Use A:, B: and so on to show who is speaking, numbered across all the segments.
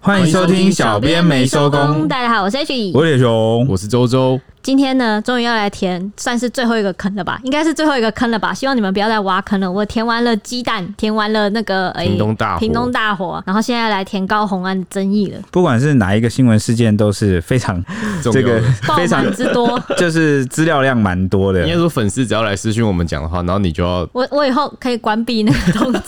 A: 欢迎收听小编没收工，
B: 大家好，我是 H。
A: 我是铁熊，
C: 我是周周，
B: 今天呢，终于要来填，算是最后一个坑了吧？应该是最后一个坑了吧？希望你们不要再挖坑了。我填完了鸡蛋，填完了那个哎
C: 屏东大火
B: 屏东大火，然后现在来填高红案争议了，
A: 不管是哪一个新闻事件，都是非常
C: 重
A: 这
C: 要
A: 个
C: 的
B: 爆
A: 非常
B: 满之 多。
A: 就是资料量蛮多
C: 应该
A: 的。
C: 说粉丝只要来私讯我们讲的话，然后你就 要
B: 我我以后可以关闭那个通知，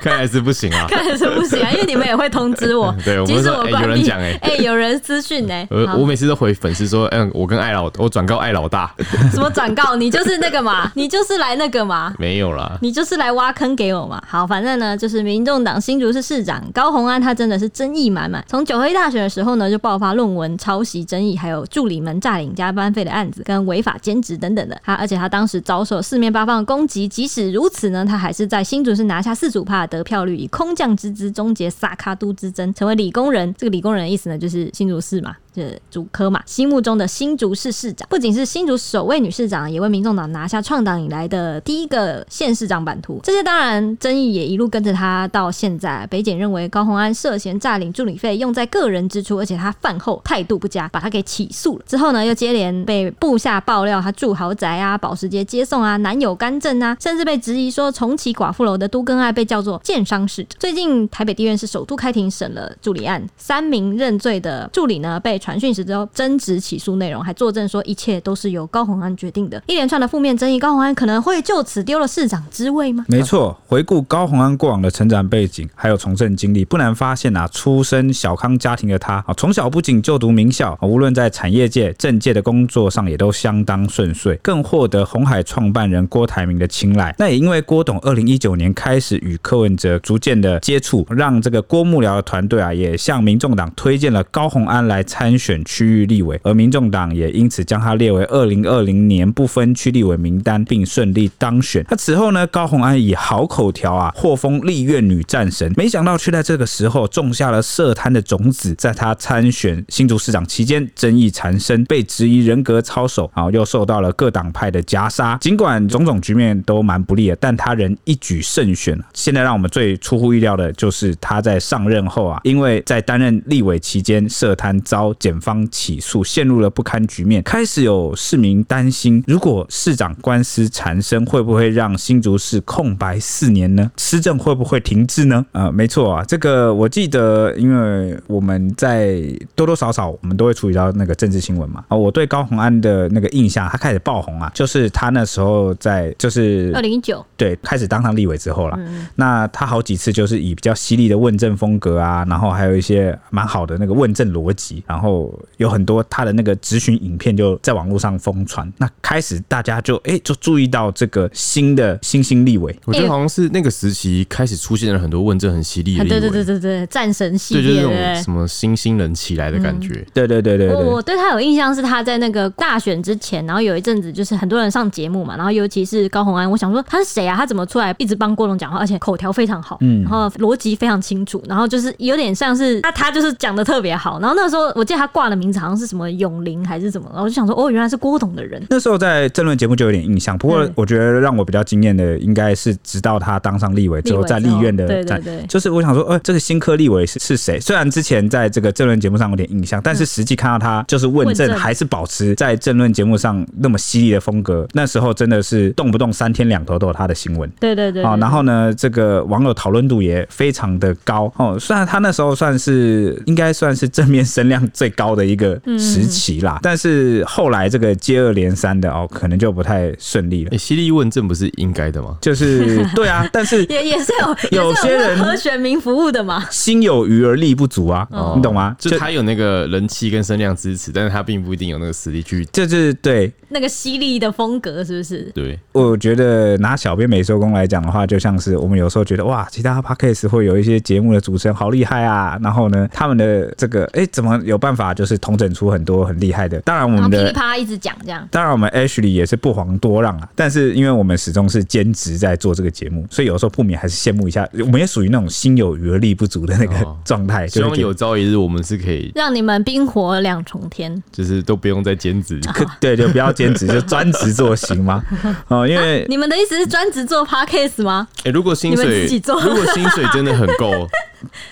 C: 看来是不行 啊。
B: 看来是不行啊，因为你们也会通知我
C: 。对我们
B: 即使
C: 说
B: 我
C: 哎
B: 关
C: 有人
B: 闭，
C: 讲哎
B: 哎、有人私讯哎、
C: 呃，
B: 好
C: 我每次都回粉丝说，嗯，我跟艾老，我转告艾老 大，
B: 什么转告？你就是那个嘛，你就是来那个嘛。
C: 没有啦。
B: 你就是来挖坑给我嘛。好，反正呢，就是民众党新竹市市长高虹安，他真的是争议满满。从九黑大选的时候呢，就爆发论文抄袭争议，还有助理们诈领加班费的案子，跟违法兼职等等的。他而且他当时遭受四面八方的攻击，即使如此呢，他还是在新竹市拿下四组帕的得票率，以空降之姿终结萨卡都之争，成为理工人。这个理工人的意思呢，就是新竹市嘛。就是竹科嘛，心目中的新竹市市长，不仅是新竹首位女市长，也为民众党拿下创党以来的第一个县市长版图。这些当然争议也一路跟着他到现在。北检认为高虹安涉嫌诈领助理费用在个人支出，而且他饭后态度不佳，把他给起诉了。之后呢，又接连被哎部下爆料他住豪宅啊、保时捷接送啊、男友干政啊，甚至被质疑说重启寡妇楼的都更爱被叫做建商市长。最近台北地院是首度开庭审了助理案，三名认罪的助理呢被传讯时之后争执起诉内容，还作证说一切都是由高虹安决定的。一连串的负面争议，高虹安可能会就此丢了市长之位吗？
A: 没错，回顾高虹安过往的成长背景，还有从政经历，不难发现啊，出身小康家庭的他啊，从小不仅就读名校，啊无论在产业界、政界的工作上也都相当顺遂，更获得红海创办人郭台铭的青睐。那也因为郭董二零一九年开始与柯文哲逐渐的接触，让这个郭幕僚的团队啊，也向民众党推荐了高虹安来参选区域立委，而民众党也因此将他列为二零二零年不分区立委名单，并顺利当选。那此后呢，高虹安以好口条啊，获封立院女战神，没想到却在这个时候种下了涉贪的种子。在他参选新竹市长期间，争议缠身，被质疑人格操守，啊，又受到了各党派的夹杀。尽管种种局面都蛮不利的，但他仍一举胜选。现在让我们最出乎意料的就是他在上任后啊，因为在担任立委期间涉贪遭检方起诉，陷入了不堪局面，开始有市民担心，如果市长官司缠身，会不会让新竹市空白四年呢？施政会不会停滞呢？呃，没错啊，这个我记得，因为我们在多多少少我们都会处理到那个政治新闻嘛。啊、我对高虹安的那个印象，他开始爆红啊，就是他那时候在就是
B: 二零一九，
A: 对，开始当上立委之后啦，
B: 嗯
A: 那他好几次就是以比较犀利的问政风格啊，然后还有一些蛮好的那个问政逻辑，然后有很多他的那个质询影片就在网络上疯传。那开始大家就哎、就注意到这个新的新兴立委，
C: 我觉得好像是那个时期开始出现了很多问政很犀利的
B: 啊
C: 立委，
B: 对对对对对，战神系
C: 对，就是
B: 列，
C: 那
B: 对不对嗯
C: 种什么新兴人起来的感觉。
A: 对对对对对，
B: 哦我我对他有印象是他在那个大选之前，然后有一阵子就是很多人上节目嘛，然后尤其是高虹安，我想说他是谁啊？他怎么出来一直帮郭龙讲话，而且口条非常好，
A: 嗯
B: 然后逻辑非常清楚，然后就是有点像是他他就是讲的特别好。然后那个时候我记得他挂的名字好像是什么永林还是什么，然后我就想说哦，原来是郭董的人。
A: 那时候在政论节目就有点印象，不过
B: 嗯
A: 我觉得让我比较惊艳的，应该是直到他当上立委之后，
B: 立委
A: 在立院的
B: 之后对对
A: 战
B: 对
A: 就是我想说，呃，这个新科立委是是谁？虽然之前在这个政论节目上有点印象，但是实际看到他就是问
B: 嗯问
A: 政，
B: 政
A: 还是保持在政论节目上那么犀利的风格。那时候真的是动不动三天两头都有他的新闻。
B: 对对对
A: 啊、然
B: 后
A: 后呢，这个网友讨论度也非常的高哦。虽然他那时候算是应该算是正面声量最高的一个
B: 嗯
A: 时期啦，但是后来这个接二连三的哦，可能就不太顺利了
C: 哎，。犀利问政不是应该的吗？
A: 就是 对啊，但是
B: 也也是有
A: 有
B: 也是
A: 些
B: 为
A: 人
B: 和选民服务的嘛。
A: 心有余而力不足啊，
B: 哦
A: 你懂吗？
C: 就他有那个人气跟声量支持，但是他并不一定有那个实力去
A: 就是对。
B: 那个犀利的风格是不是？
C: 对。
A: 我觉得拿小编美收工来讲的话，就像是我们有时候觉得哇，其他 podcast 会有一些节目的主持人好厉害啊，然后呢，他们的这个哎、怎么有办法就是统整出很多很厉害的？当然我
B: 然后
A: 们
B: 噼
A: 的
B: 里啪啦一直讲这样。
A: 当然，我们 Ashley 也是不遑多让啊。但是，因为我们始终是兼职在做这个节目，所以有时候不免还是羡慕一下。我们也属于那种心有余而力不足的那个
C: 哦
A: 状态，
C: 希
A: 就
C: 望
A: 是觉
C: 有
A: 得
C: 朝一日我们是可以，
B: 让你们冰火两重天，
C: 就是都不用再兼职。
A: 可对，就不要兼职，就专职做行吗？哦，因 为
B: 你们的意思是专职做 podcast 吗？
C: 哎、如果薪
B: 你们
C: 水
B: 自己做
C: 如果薪水真的很够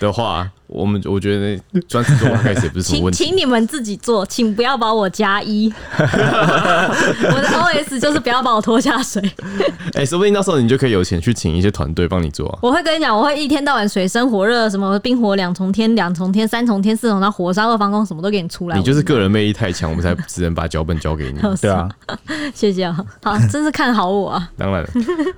C: 的话，我们我觉得专制做开始也不是什么
B: 请
C: 问题。
B: 请你们自己做，请不要把我加一。我的 OS 就是不要把我拖下水。
C: 哎、说不定到时候你就可以有钱去请一些团队帮你做啊。
B: 我会跟你讲，我会一天到晚水深火热，什么冰火两重天、两重天、三重天、四重天，火烧二房宫，什么都给你出来。
C: 你就是个人魅力太强，我们才只能把脚本交 给你。
B: 我
A: 对啊，
B: 谢谢啊，好，真是看好我啊。
C: 当然了，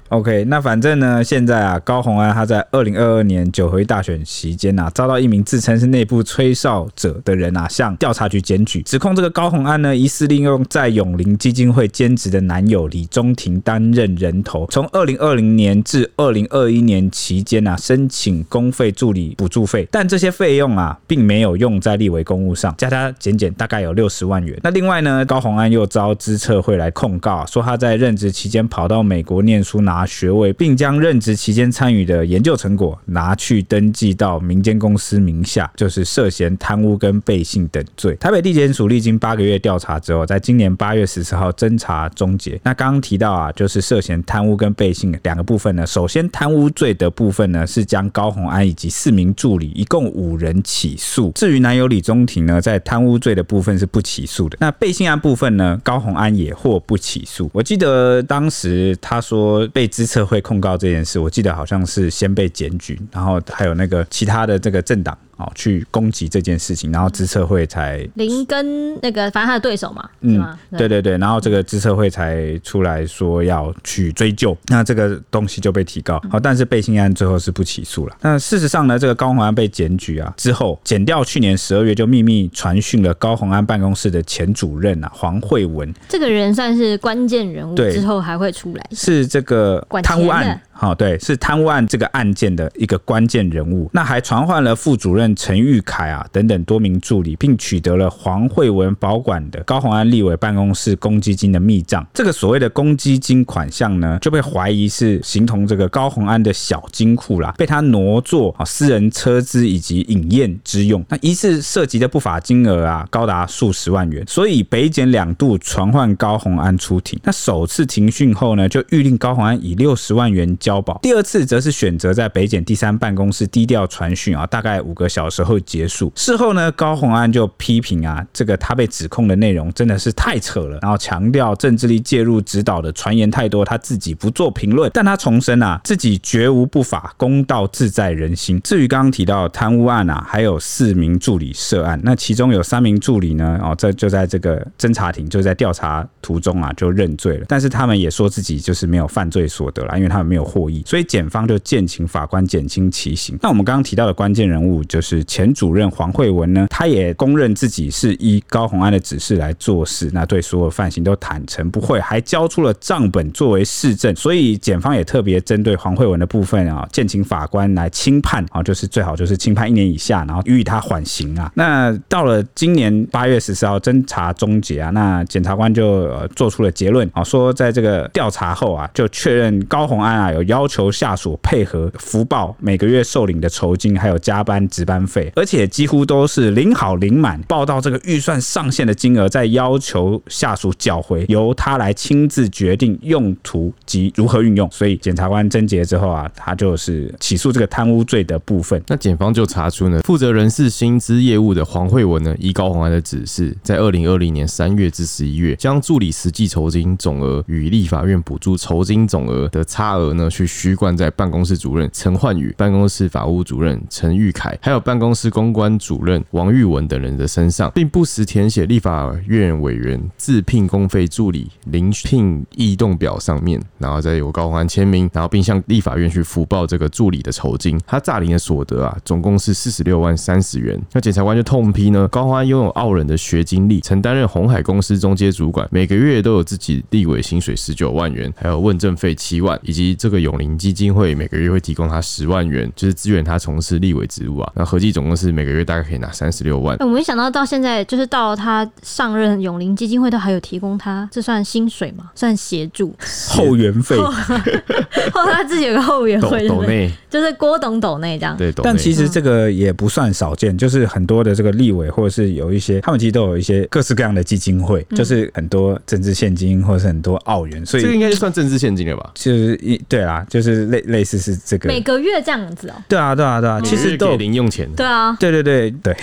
A: OK，那反正呢，现在啊，高虹安他在二零二二年九合一大选期间啊，遭到一名自称是内部吹哨者的人啊，向调查局检举，指控这个高虹安呢，疑似利用在永林基金会兼职的男友李中庭担任人头，从二零二零年至二零二一年期间啊，申请公费助理补助费，但这些费用啊，并没有用在立委公务上，加加减减大概有六十万元。那另外呢，高虹安又遭资策会来控告啊、说他在任职期间跑到美国念书拿学位，并将任职期间参与的研究成果拿去登记到民间公司名下，就是涉嫌贪污跟背信等罪。台北地检署历经八个月调查之后，在今年八月十四号侦查终结。那刚刚提到啊，就是涉嫌贪污跟背信两个部分呢，首先贪污罪的部分呢是将高虹安以及四名助理一共五人起诉，至于男友李宗廷呢，在贪污罪的部分是不起诉的。那背信案部分呢，高虹安也获不起诉。我记得当时他说被资策会控告这件事，我记得好像是先被检举，然后还有那个其他的这个政党。哦，去攻击这件事情，然后资策会才
B: 林跟那个，反正他的对手嘛，是
A: 嗯
B: 吗？，
A: 对对对，然后这个资策会才出来说要去追究，那这个东西就被提高。
B: 嗯
A: 好，但是背信案最后是不起诉了。那事实上呢，这个高鸿安被检举啊之后，减掉去年十二月就秘密传讯了高鸿安办公室的前主任啊黄慧文，
B: 这个人算是关键人物，
A: 对
B: 之后还会出来。
A: 是这个
B: 管
A: 贪污
B: 钱的
A: 案，好、对，是贪污案这个案件的一个关键人物。那还传唤了副主任陈玉凯啊等等多名助理，并取得了黄慧文保管的高鸿安立委办公室公积金的密账。这个所谓的公积金款项呢，就被怀疑是形同这个高鸿安的小金库啦，被他挪作啊私人车资以及饮宴之用。那疑似涉及的不法金额啊，高达数十万元，所以北检两度传唤高鸿安出庭。那首次庭讯后呢，就预令高鸿安以六十万元交保。第二次则是选择在北检第三办公室低调传讯啊，大概五个小时后结束。事后呢，高鸿安就批评啊，这个他被指控的内容真的是太扯了，然后强调政治力介入指导的传言太多，他自己不做评论。但他重申啊，自己绝无不法，公道自在人心。至于刚刚提到贪污案啊，还有四名助理涉案，那其中有三名助理呢，哦，这就在这个侦查庭，就在调查途中啊，就认罪了。但是他们也说自己就是没有犯罪所得啦，因为他们没有获益，所以检方就建请法官减轻其刑。那我们刚刚提到的关键人物就是前主任黄慧文呢，他也公认自己是依高洪安的指示来做事，那对所有犯行都坦诚不讳，还交出了账本作为市政，所以检方也特别针对黄慧文的部分啊，建请法官来轻判啊，就是最好就是轻判一年以下，然后予以他缓刑啊。那到了今年八月十四号，侦查终结啊，那检察官就、呃、做出了结论啊，说在这个调查后啊，就确认高洪安啊有要求下属配合福报每个月受领的酬金，还有加班值班费，而且几乎都是领好领满，报到这个预算上限的金额，再要求下属缴回，由他来亲自决定用途及如何运用。所以检察官侦结之后啊，他就是起诉这个贪污罪的部分。
C: 那检方就查出呢，负责人事薪资业务的黄慧文呢，依高鸿安的指示，在二零二零年三月至十一月，将助理实际酬金总额与立法院补助酬金总额的差额呢，去虚冠在办公室主任陈焕宇、办公室法务主任陈玉凯，还有办公室公关主任王玉文等人的身上，并不时填写立法院委员自聘公费助理临聘异动表上面，然后再由高鸿安签名，然后并向立法院去福报这个助理的酬金。他诈领的所得啊，总共是四十六万三十元。那检察官就痛批呢，高鸿安拥有傲人的学经历，曾担任红海公司中阶主管，每个月都有自己立委薪水十九万元，还有问政费七万，以及这个永林基金会每个月会提供他十万元，就是支援他从事立委职务啊。那合计总共是每个月大概可以拿三十六万。
B: 哎我没想到到现在，就是到他上任永林基金会都还有提供他，这算薪水吗？算协助，
A: 后援费，
B: 后来他自己有个后援
C: 抖
B: 会，对不
C: 抖
B: 对？
C: 内
B: 就是郭董斗内这样。
C: 对抖内，
A: 但其实这个也不算少见，就是很多的这个立委或者是有一些，他们其实都有一些各式各样的基金会，就是很多政治现金或者是很多澳元，所
C: 这个
A: 以
C: 应该就算政治现金了吧？
A: 啊就是一对啦，就是类类似是这个。
B: 每个月这样子哦、
A: 对啊，对啊，对啊，其实都
C: 嗯给
A: 有
C: 零用钱钱。
B: 对啊，
A: 对对对对，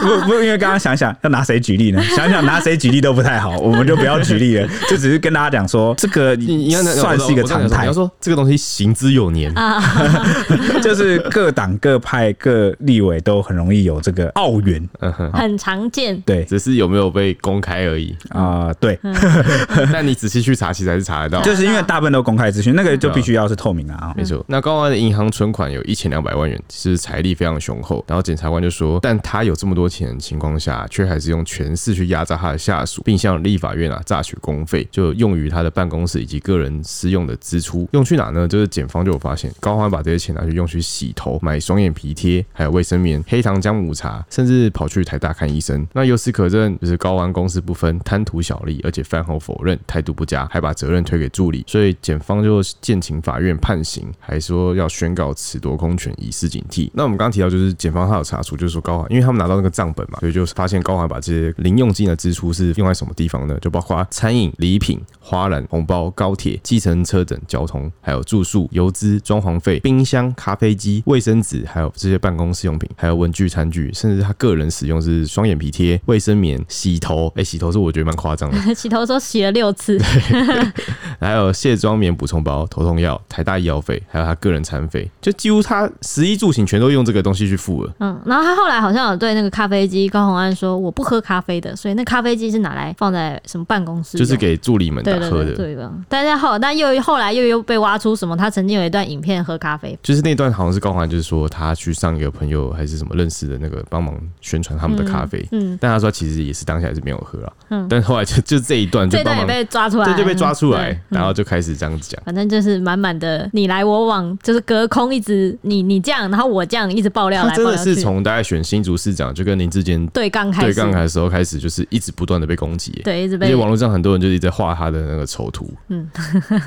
A: 不不，因为刚刚想想要拿谁举例呢？ 想想拿谁举例都不太好，我们就不要举 例了，就只是跟大家讲说，这个
C: 你你看，
A: 算是一个常态
C: 你要，说这个东西行之有年，
B: 啊
A: 就是各党各派各立委都很容易有这个澳元，
C: 嗯哼，
B: 很常见。
A: 对
C: 只是有没有被公开而 已。
A: 啊、对，
C: 但你仔细去查，其实还是查得 到。
A: 就是因为大部分都公开资讯，那个就必须要是透明啊。
C: 没错，那高安的银行存款有一千两百万元，是财力非常雄厚。然后检察官就说，但他有这么多钱的情况下，却还是用权势去压榨他的下属，并向立法院啊榨取公费，就用于他的办公室以及个人私用的支出。用去哪呢？就是检方就有发现，高欢把这些钱拿去用去洗头、买双眼皮贴，还有卫生棉、黑糖姜母茶，甚至跑去台大看医生。那由此可证，就是高安公私不分，贪图小利，而且饭后否认，态度不佳，还把责任推给助理。所以检方就建请法院判刑，还说要宣告褫夺公权，以示警惕。那我们刚刚提到，就是检方他有查出，就是说高华，因为他们拿到那个账本嘛，所以就发现高华把这些零用金的支出是用在什么地方呢？就包括餐饮、礼品、花篮、红包、高铁、计程车等交通，还有住宿、油资、装潢费、冰箱、咖啡机、卫生纸，还有这些办公室用品，还有文具、餐具，甚至他个人使用是双眼皮贴、卫生棉、洗头。哎、洗头是我觉得蛮夸张的。
B: 洗头的时候洗了六次，
C: 还有卸妆棉补充包、头痛药、台大医药费，还有他个人餐费，就几乎他食衣住行全都用这个东西去付了。
B: 嗯，然后他后来好像有对那个咖啡机高洪安说我不喝咖啡的，所以那咖啡机是拿来放在什么办公室
C: 就
B: 用，
C: 是给助理们打
B: 对对
C: 喝
B: 对
C: 的，
B: 对吧？但是后但又后来又又被挖出什么，他曾经有一段影片喝咖啡，
C: 就是那段好像是高环，就是说他去上一个朋友还是什么认识的那个帮忙宣传他们的咖啡，
B: 嗯，
C: 但他说其实也是当下也是没有喝啊，
B: 嗯
C: 但后来就就这一段就
B: 这一
C: 帮
B: 段也
C: 忙
B: 被抓出来，
C: 这就被抓出来，
B: 嗯对
C: 然后就开始这样子讲。
B: 反正就是满满的你来我往，就是隔空一直你你这样，然后我这样一直爆料
C: 他
B: 来
C: 真
B: 爆
C: 的
B: 料
C: 是
B: 去，
C: 从大概选新竹市长就跟林志坚
B: 对刚开
C: 对
B: 始，
C: 杠台的时候开始，就是一直不断的被攻击耶，
B: 对一直
C: 而且
B: 被
C: 网络上很多人就一直在画他的那个丑图，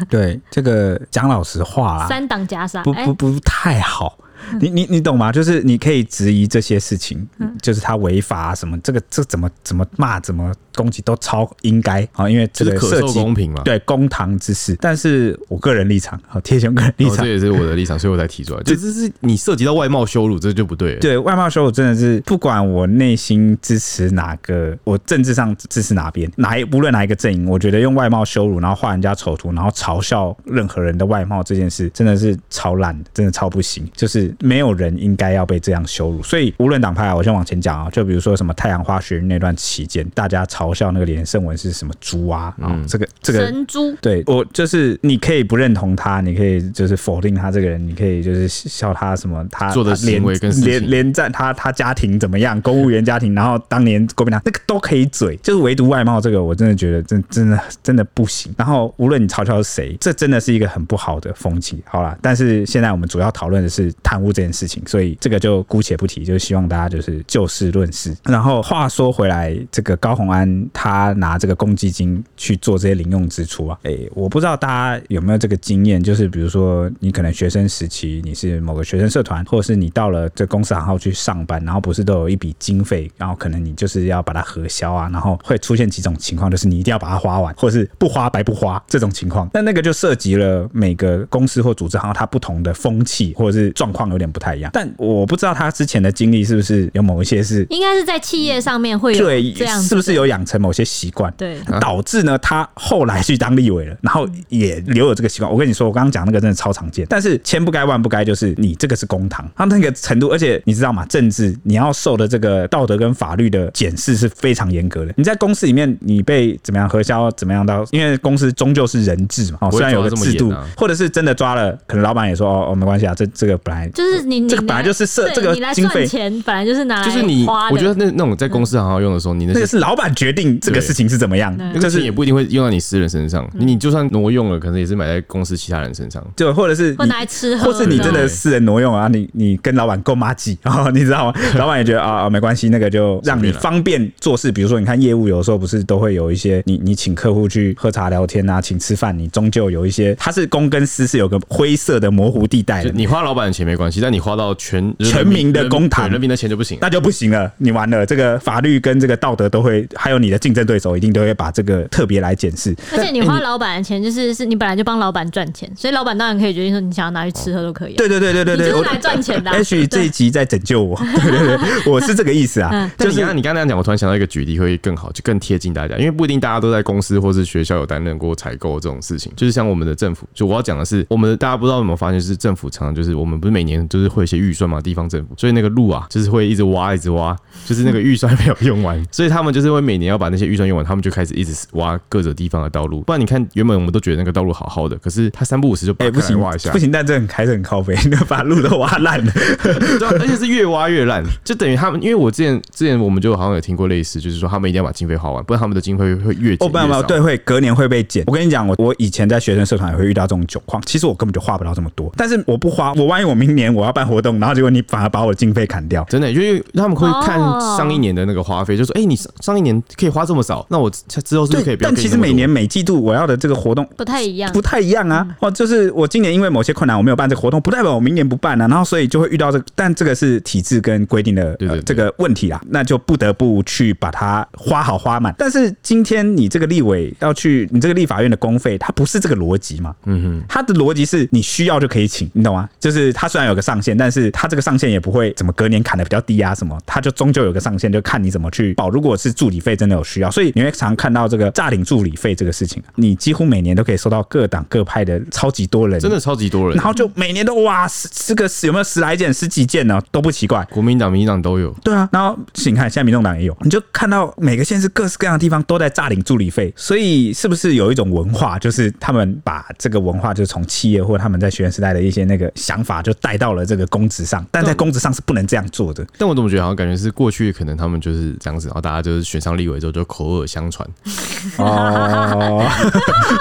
A: 对，这个讲老实话啦，
B: 三档夹杀，
A: 不
B: 哎嗯
A: 不不太好。你你你懂吗？就是你可以质疑这些事情，就是他违法啊什么，这个这怎么怎么骂怎么攻击都超应该啊，因为这
C: 就是
A: 个
C: 可
A: 涉
C: 受
A: 及
C: 公平嘛。哦
A: 对公啊堂之事。但是我个人立场，好贴胸个人立
C: 哦，
A: 场
C: 这，也是我的立场，所以我才提出来。就这是你涉及到外貌羞辱，这就不对了。
A: 对外貌羞辱真的是，不管我内心支持哪个，我政治上支持哪边，哪一无论哪一个阵营，我觉得用外貌羞辱，然后画人家丑图，然后嘲笑任何人的外貌这件事，真的是超烂的，真的超不行。就是没有人应该要被这样羞辱。所以无论党派啊，我先往前讲啊，就比如说什么太阳花学运那段期间，大家嘲笑那个连胜文是什么猪啊，
C: 嗯
A: 啊、这个这个
B: 神猪，
A: 对我就是，你可以不认同他，你可以就是否定他这个人，你可以就是笑他什么他
C: 做的
A: 他连
C: 行为跟事情
A: 连连战他他家庭怎么样，公务员家庭，然后当年国民党那个都可以嘴，就是唯独外貌这个，我真的觉得真真的真的不行。然后无论你嘲笑谁，这真的是一个很不好的风气。好啦，但是现在我们主要讨论的是贪污这件事情，所以这个就姑且不提，就是希望大家就是就事论事。然后话说回来，这个高洪安他拿这个公积金去做这些零用支出啊，诶，我不知道大家有没有这个经验，就是比如说你可能学生时期你是某个学生社团，或者是你到了这公司行号去上班，然后不是都有一笔经费，然后可能你就是要把它核销啊，然后会出现几种情况，就是你一定要把它花完，或者是不花白不花这种情况。那那个就涉及了每个公司或组织行号它不同的风气或者是状况有点不太
B: 嗯
A: 一样。但我不知道他之前的经历是不是有某一些是
B: 应该是在企业上面会有
A: 对
B: 这样，
A: 是不是？有养成某些习惯？
B: 对，
C: 啊
A: 导致呢，他后来去当立委了，然后也留有这个习惯。我跟你说，我刚刚讲那个真的超常见，但是千不该万不该，就是你这个是公堂，他那个程度，而且你知道吗？政治你要受的这个道德跟法律的检视是非常严格的。你在公司里面，你被怎么样核销，怎么样到，因为公司终究是人治嘛，哦，
C: 不会
A: 虽然有个
C: 抓这么
A: 制度，
C: 严啊
A: 或者是真的抓了，可能老板也说哦哦没关系啊，这这个本来
B: 就是你你
A: 这个本来就是设
B: 对
A: 这个
B: 你来
A: 经
B: 赚
A: 费
B: 钱，本来就是拿来
C: 就是你
B: 哎花，的，
C: 我觉得那那种在公司好好用的时候，你那
A: 那个
C: 些
A: 是老板决定这个
C: 对
A: 事情是怎么样，
C: 那个
A: 就
C: 钱
A: 嗯是
C: 也不一定会用到你私人身上，
B: 嗯
C: 你就算挪用了，可能也是买在公司其他人身上。
A: 就或者是
B: 会
A: 你
B: 拿来吃喝，
A: 或是你真
B: 知道
A: 的
B: 吗
A: 私人挪用啊，你你跟老板够妈 鸡，然后你知 道吗？老板也觉得啊啊没关系，那个就让你方便做事。比如说，你看业务有时候不是都会有一些，你你请客户去喝茶聊天啊，请吃饭，你终究有一些，它是公跟私是有个灰色的模糊地带
C: 就
A: 的。
C: 你花老板的钱没关关系，但你花到全
A: 哎全民的公帑
C: 对人民的钱就不行了。
A: 那就不行了，你完了。这个法律跟这个道德都会，还有你的竞争对手一定都会把这个特别来检视。
B: 而且你
A: 哎
B: 花老板的钱，就是是你本来就帮老板赚钱，所以老板当然可以决定说你想要拿去吃喝都可以、啊。
A: 对对对对对
B: 你
A: 对，
B: 就是
A: 我
B: 来赚钱的啊
A: H 这一集在拯救我，对对对，我是这个意思
B: 嗯
A: 啊，
C: 就
A: 就是是
C: 你刚你刚那样讲，我突然想到一个举例会更好，就更贴近大家，因为不一定大家都在公司或是学校有担任过采购这种事情。就是像我们的政府，就我要讲的是，我们大家不知道有没有发现，就是政府常常就是我们不是每年就是会有一些预算嘛，地方政府，所以那个路啊，就是会一直挖，一直挖，就是那个预算没有用完， 所以他们就是会每年要把那些预算用完，他们就开始一直挖各个地方的道路。不然你看，原本我们都觉得那个道路好好的，可是他三不五时就把
A: 哎不行
C: 挖一下
A: 不，行，但这很还是很靠背， 你把路都挖烂了。
C: 对啊，而且是越挖越烂，就等于他们，因为我之前之前我们就好像有听过类似，就是说他们一定要把经费花完，不然他们的经费会越减
A: 哦，不
C: 越
A: 然不
C: 少
A: 然，对，会隔年会被减。我跟你讲，我我以前在学生社团也会遇到这种窘况，其实我根本就花不到这么多，但是我不花，我万一我明年我要办活动，然后结果你反而把我经费砍掉，
C: 真的，因为他们会看
B: 哦
C: 上一年的那个花费，就说，哎、你上上一年可以花这么少，那我之后是不是可以
A: 对，
C: 不要
A: 但
C: 给
A: 其
C: 你
A: 实
C: 那么
A: 每
C: 多
A: 年每季度我要的这个活动
B: 不太一样嗯
A: 不。太一样啊。哦，就是我今年因为某些困难我没有办这个活动，不代表我明年不办啊。然后所以就会遇到这个，但这个是体制跟规定的
C: 对对
A: 呃
C: 对
A: 这个问题啦，那就不得不去把它花好花满。但是今天你这个立委要去你这个立法院的公费，它不是这个逻辑嘛？嗯哼，它的逻辑是你需要就可以请，你懂吗？就是它虽然有个上限，但是它这个上限也不会怎么隔年砍的比较低啊什么，它就终究有个上限，就看你怎么去报。如果是助理费真的有需要，所以你会常看到这个诈领助理费这个事情啊，你几乎每年都可以收到各党各派的超级多人，
C: 真的超级多人
A: 然，后就每年都哇十十个十有没有十来件十几件呢都不奇怪。
C: 国民党、民进党都有，
A: 对啊，然后请看，现在民众党也有，你就看到每个县市各式各样的地方都在诈领助理费，所以是不是有一种文化，就是他们把这个文化，就是从企业或他们在学生时代的一些那个想法，就带到了这个公职上，但在公职上是不能这样做的。
C: 但我怎么觉得好像感觉是过去可能他们就是这样子，然后大家就是选上立委之后就口耳相传，
A: 哦，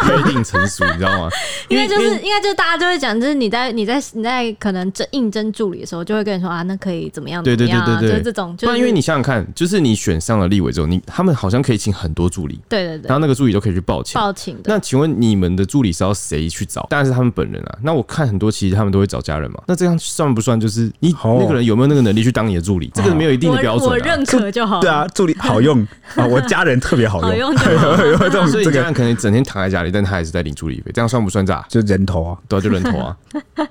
C: 约定成熟，你知道吗？
B: 应该就是应该就是大家就会讲，就是你在你在你在可能争应征助理的时候，就会跟你说啊，那可以怎么样
C: 对
B: 怎么
C: 对对
B: 样啊，
C: 对
B: 就
C: 对，
B: 是这种，就
C: 不
B: 是
C: 然因为你想想看，就是你选上了立委之后，你他们好像可以请很多助理，
B: 对对
C: 然
B: 对
C: 后那个助理都可以去报钱。
B: 报请的，
C: 那请问你们的助理是要谁去找？当然是他们本人啊。那我看很多其实他们都会找家人嘛。那这样算不算就是你
A: 哦
C: 那个人有没有那个能力去当你的助理？这个没有一定的标
B: 我我
C: 准啊。
B: 认可就好，
A: 对啊，，助理好用啊、我家人特别好
B: 好
A: 用，
B: 用就好。
A: 有这种
C: 所以
A: 这
C: 你这
A: 个
C: 样可能整天躺在家里，但他还是在领助理费，这样算不算诈？
A: 就人头啊，
C: 对啊，就人头 啊。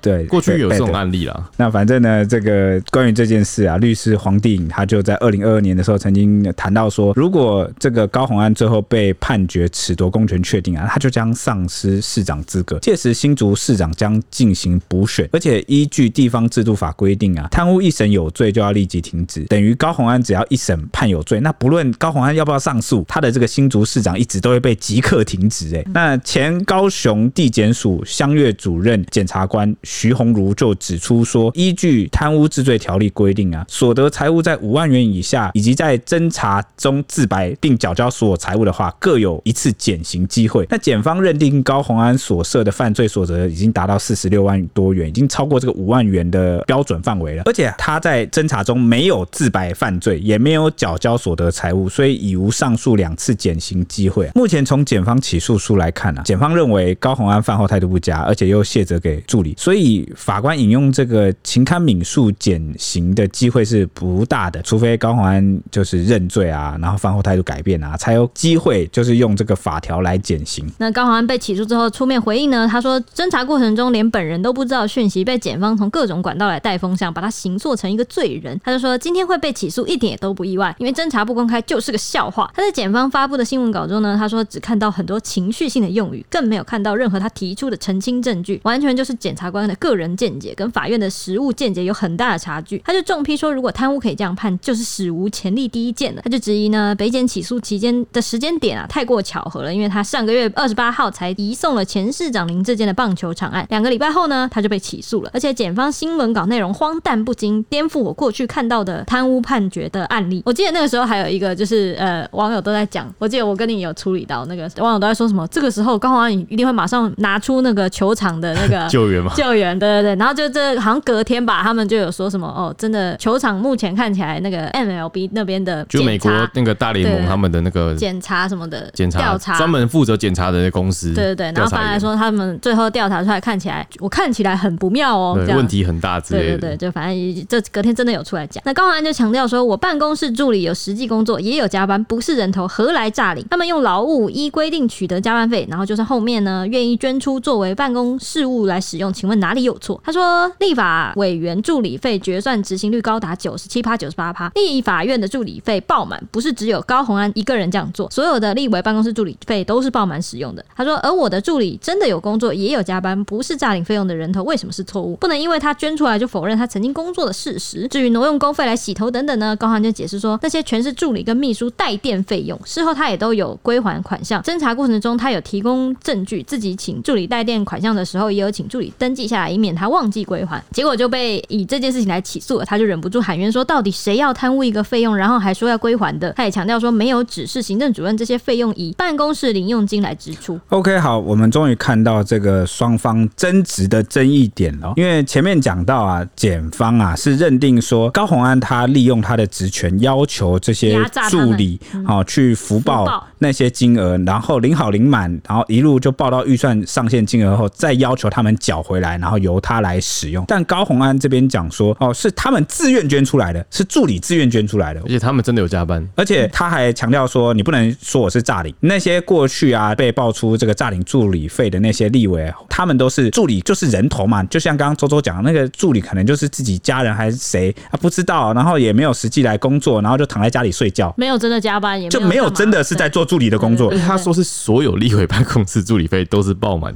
A: 对，
C: 过去有这
A: 对
C: 种
A: 对
C: 案例啦。
A: 那反正呢，这个关于这件事啊，律师黄帝颖他就在二零二二年的时候曾经谈到说，如果这个高虹安最后被判决褫夺公权确定啊，他就将丧失市长资格，届时新竹市长将进行补选，而且依据地方制度法规定啊，贪污一审有罪就要立即停止，等于高虹安只要一审判有罪，那不论高虹安要不要上诉，他的这个新竹市长一直都会被即刻停职、欸。那前高雄地检署相月主任检察官徐鸿儒就指出说，依据贪污治罪条例规定啊，所得财物在五万元以下，以及在侦查中自白并缴交所有财物的话，各有一次减刑机会。那检方认定高虹安所涉的犯罪所得已经达到四十六万多元，已经超过这个五万元的标准范围了，而且他在侦查中没有自白犯罪，也没有缴交所得财物，所以已无上述两次减刑机会啊、目前从检方起诉书来看啊，检方认为高虹安饭后态度不佳，而且又卸责给助理，所以法官引用这个秦堪敏恕减刑的机会是不大的，除非高虹安就是认罪啊，然后饭后态度改变啊，才有机会就是用这个法条来减刑。
B: 那高虹安被起诉之后出面回应呢，他说侦查过程中连本人都不知道讯息被检方从各种管道来带风向，把他形塑成一个罪人。他就说今天会被起诉一点也都不意外，因为侦查不公开就是个笑话。他在检方发布的新闻稿中呢，他说只看到很多情绪性的用语，更没有看到任何他提出的澄清证据，完全就是检察官的个人见解跟法院的实务见解有很大的差距。他就重批说，如果贪污可以这样判，就是史无前例第一件了。他就质疑呢，北检起诉期间的时间点啊，太过巧合了，因为他上个月二十八号才移送了前市长林志坚的棒球场案，两个礼拜后呢，他就被起诉了。而且检方新闻稿内容荒诞不经，颠覆我过去看到的贪污判决的案例。我记得那个时候还有一个就是呃，网友都在讲，我记得我跟你有处理到那个网友都在说什么，这个时候高虹安一定会马上拿出那个球场的那个
C: 救援嘛，
B: 救援，对对对，然后就这好像隔天吧，他们就有说什么哦，真的球场目前看起来那个 MLB 那边的
C: 就美
B: 检
C: 国
B: 查
C: 那个大联盟
B: 对
C: 他们的那个
B: 检查什么的
C: 检查
B: 调查
C: 专门负责检查的公司，
B: 对对对，然
C: 调
B: 后
C: 查
B: 反
C: 员
B: 来说他们最后调查出来看起来，我看起来很不妙哦，
C: 对
B: 这样
C: 问问题很大之类
B: 对对
C: 的。
B: 对，就反正这隔天真的有出来讲。那高虹安就强调说，我办公室助理有实际工作，也有加班，不是人头何来诈领？他们用劳务依规定取得加班费，然后就是后面呢愿意捐出作为办公事务来使用，请问哪里有错？他说，立法委员助理费决算执行率高达九十七趴、九十八趴，立法院的助理费爆满，不是只有高虹安一个人这样做，所有的立委办公室助理费都是爆满使用的。他说，而我的助理真的有工作，也有加班，不是诈领费用的人头，为什么是错误？不能因为他捐出来就否认他曾经工作的事实。至于挪用公费来洗头等等呢，高虹安就解释说，那些全是助理跟秘书带电费用，事后他也都有归还款项。侦查过程中，他有提供证据，自己请助理带电款项的时候，也有请助理登记下来，以免他忘记归还。结果就被以这件事情来起诉了，他就忍不住喊冤说，到底谁要贪污一个费用，然后还说要归还的？他也强调说，没有指示行政主任这些费用以办公室零用金来支出。
A: OK，好，我们终于看到这个双方争执的争议点了。因为前面讲到啊，检方啊是认定说高虹安他利用他的职权要求这些
B: 压榨他们嗯
A: 助理好、去福
B: 福
A: 报
B: 报
A: 那些金额，然后领好领满，然后一路就报到预算上限金额后，再要求他们缴回来，然后由他来使用。但高虹安这边讲说，哦，是他们自愿捐出来的，是助理自愿捐出来的
C: 而。且他们真的有加班，
A: 而且他还强调说，你不能说我是诈领。那些过去啊被爆出这个诈领助理费的那些立委，他们都是助理就是人头嘛，就像刚刚周周讲的，那个助理可能就是自己家人还是谁啊，不知道，然后也没有实际来工作，然后就躺在家里睡觉，
B: 没有真的加班，也
A: 就没有
B: 干嘛
A: 真的是在做助理的工作
C: 而
B: 对，
C: 且他说是所有立委办公室助理费都是爆满，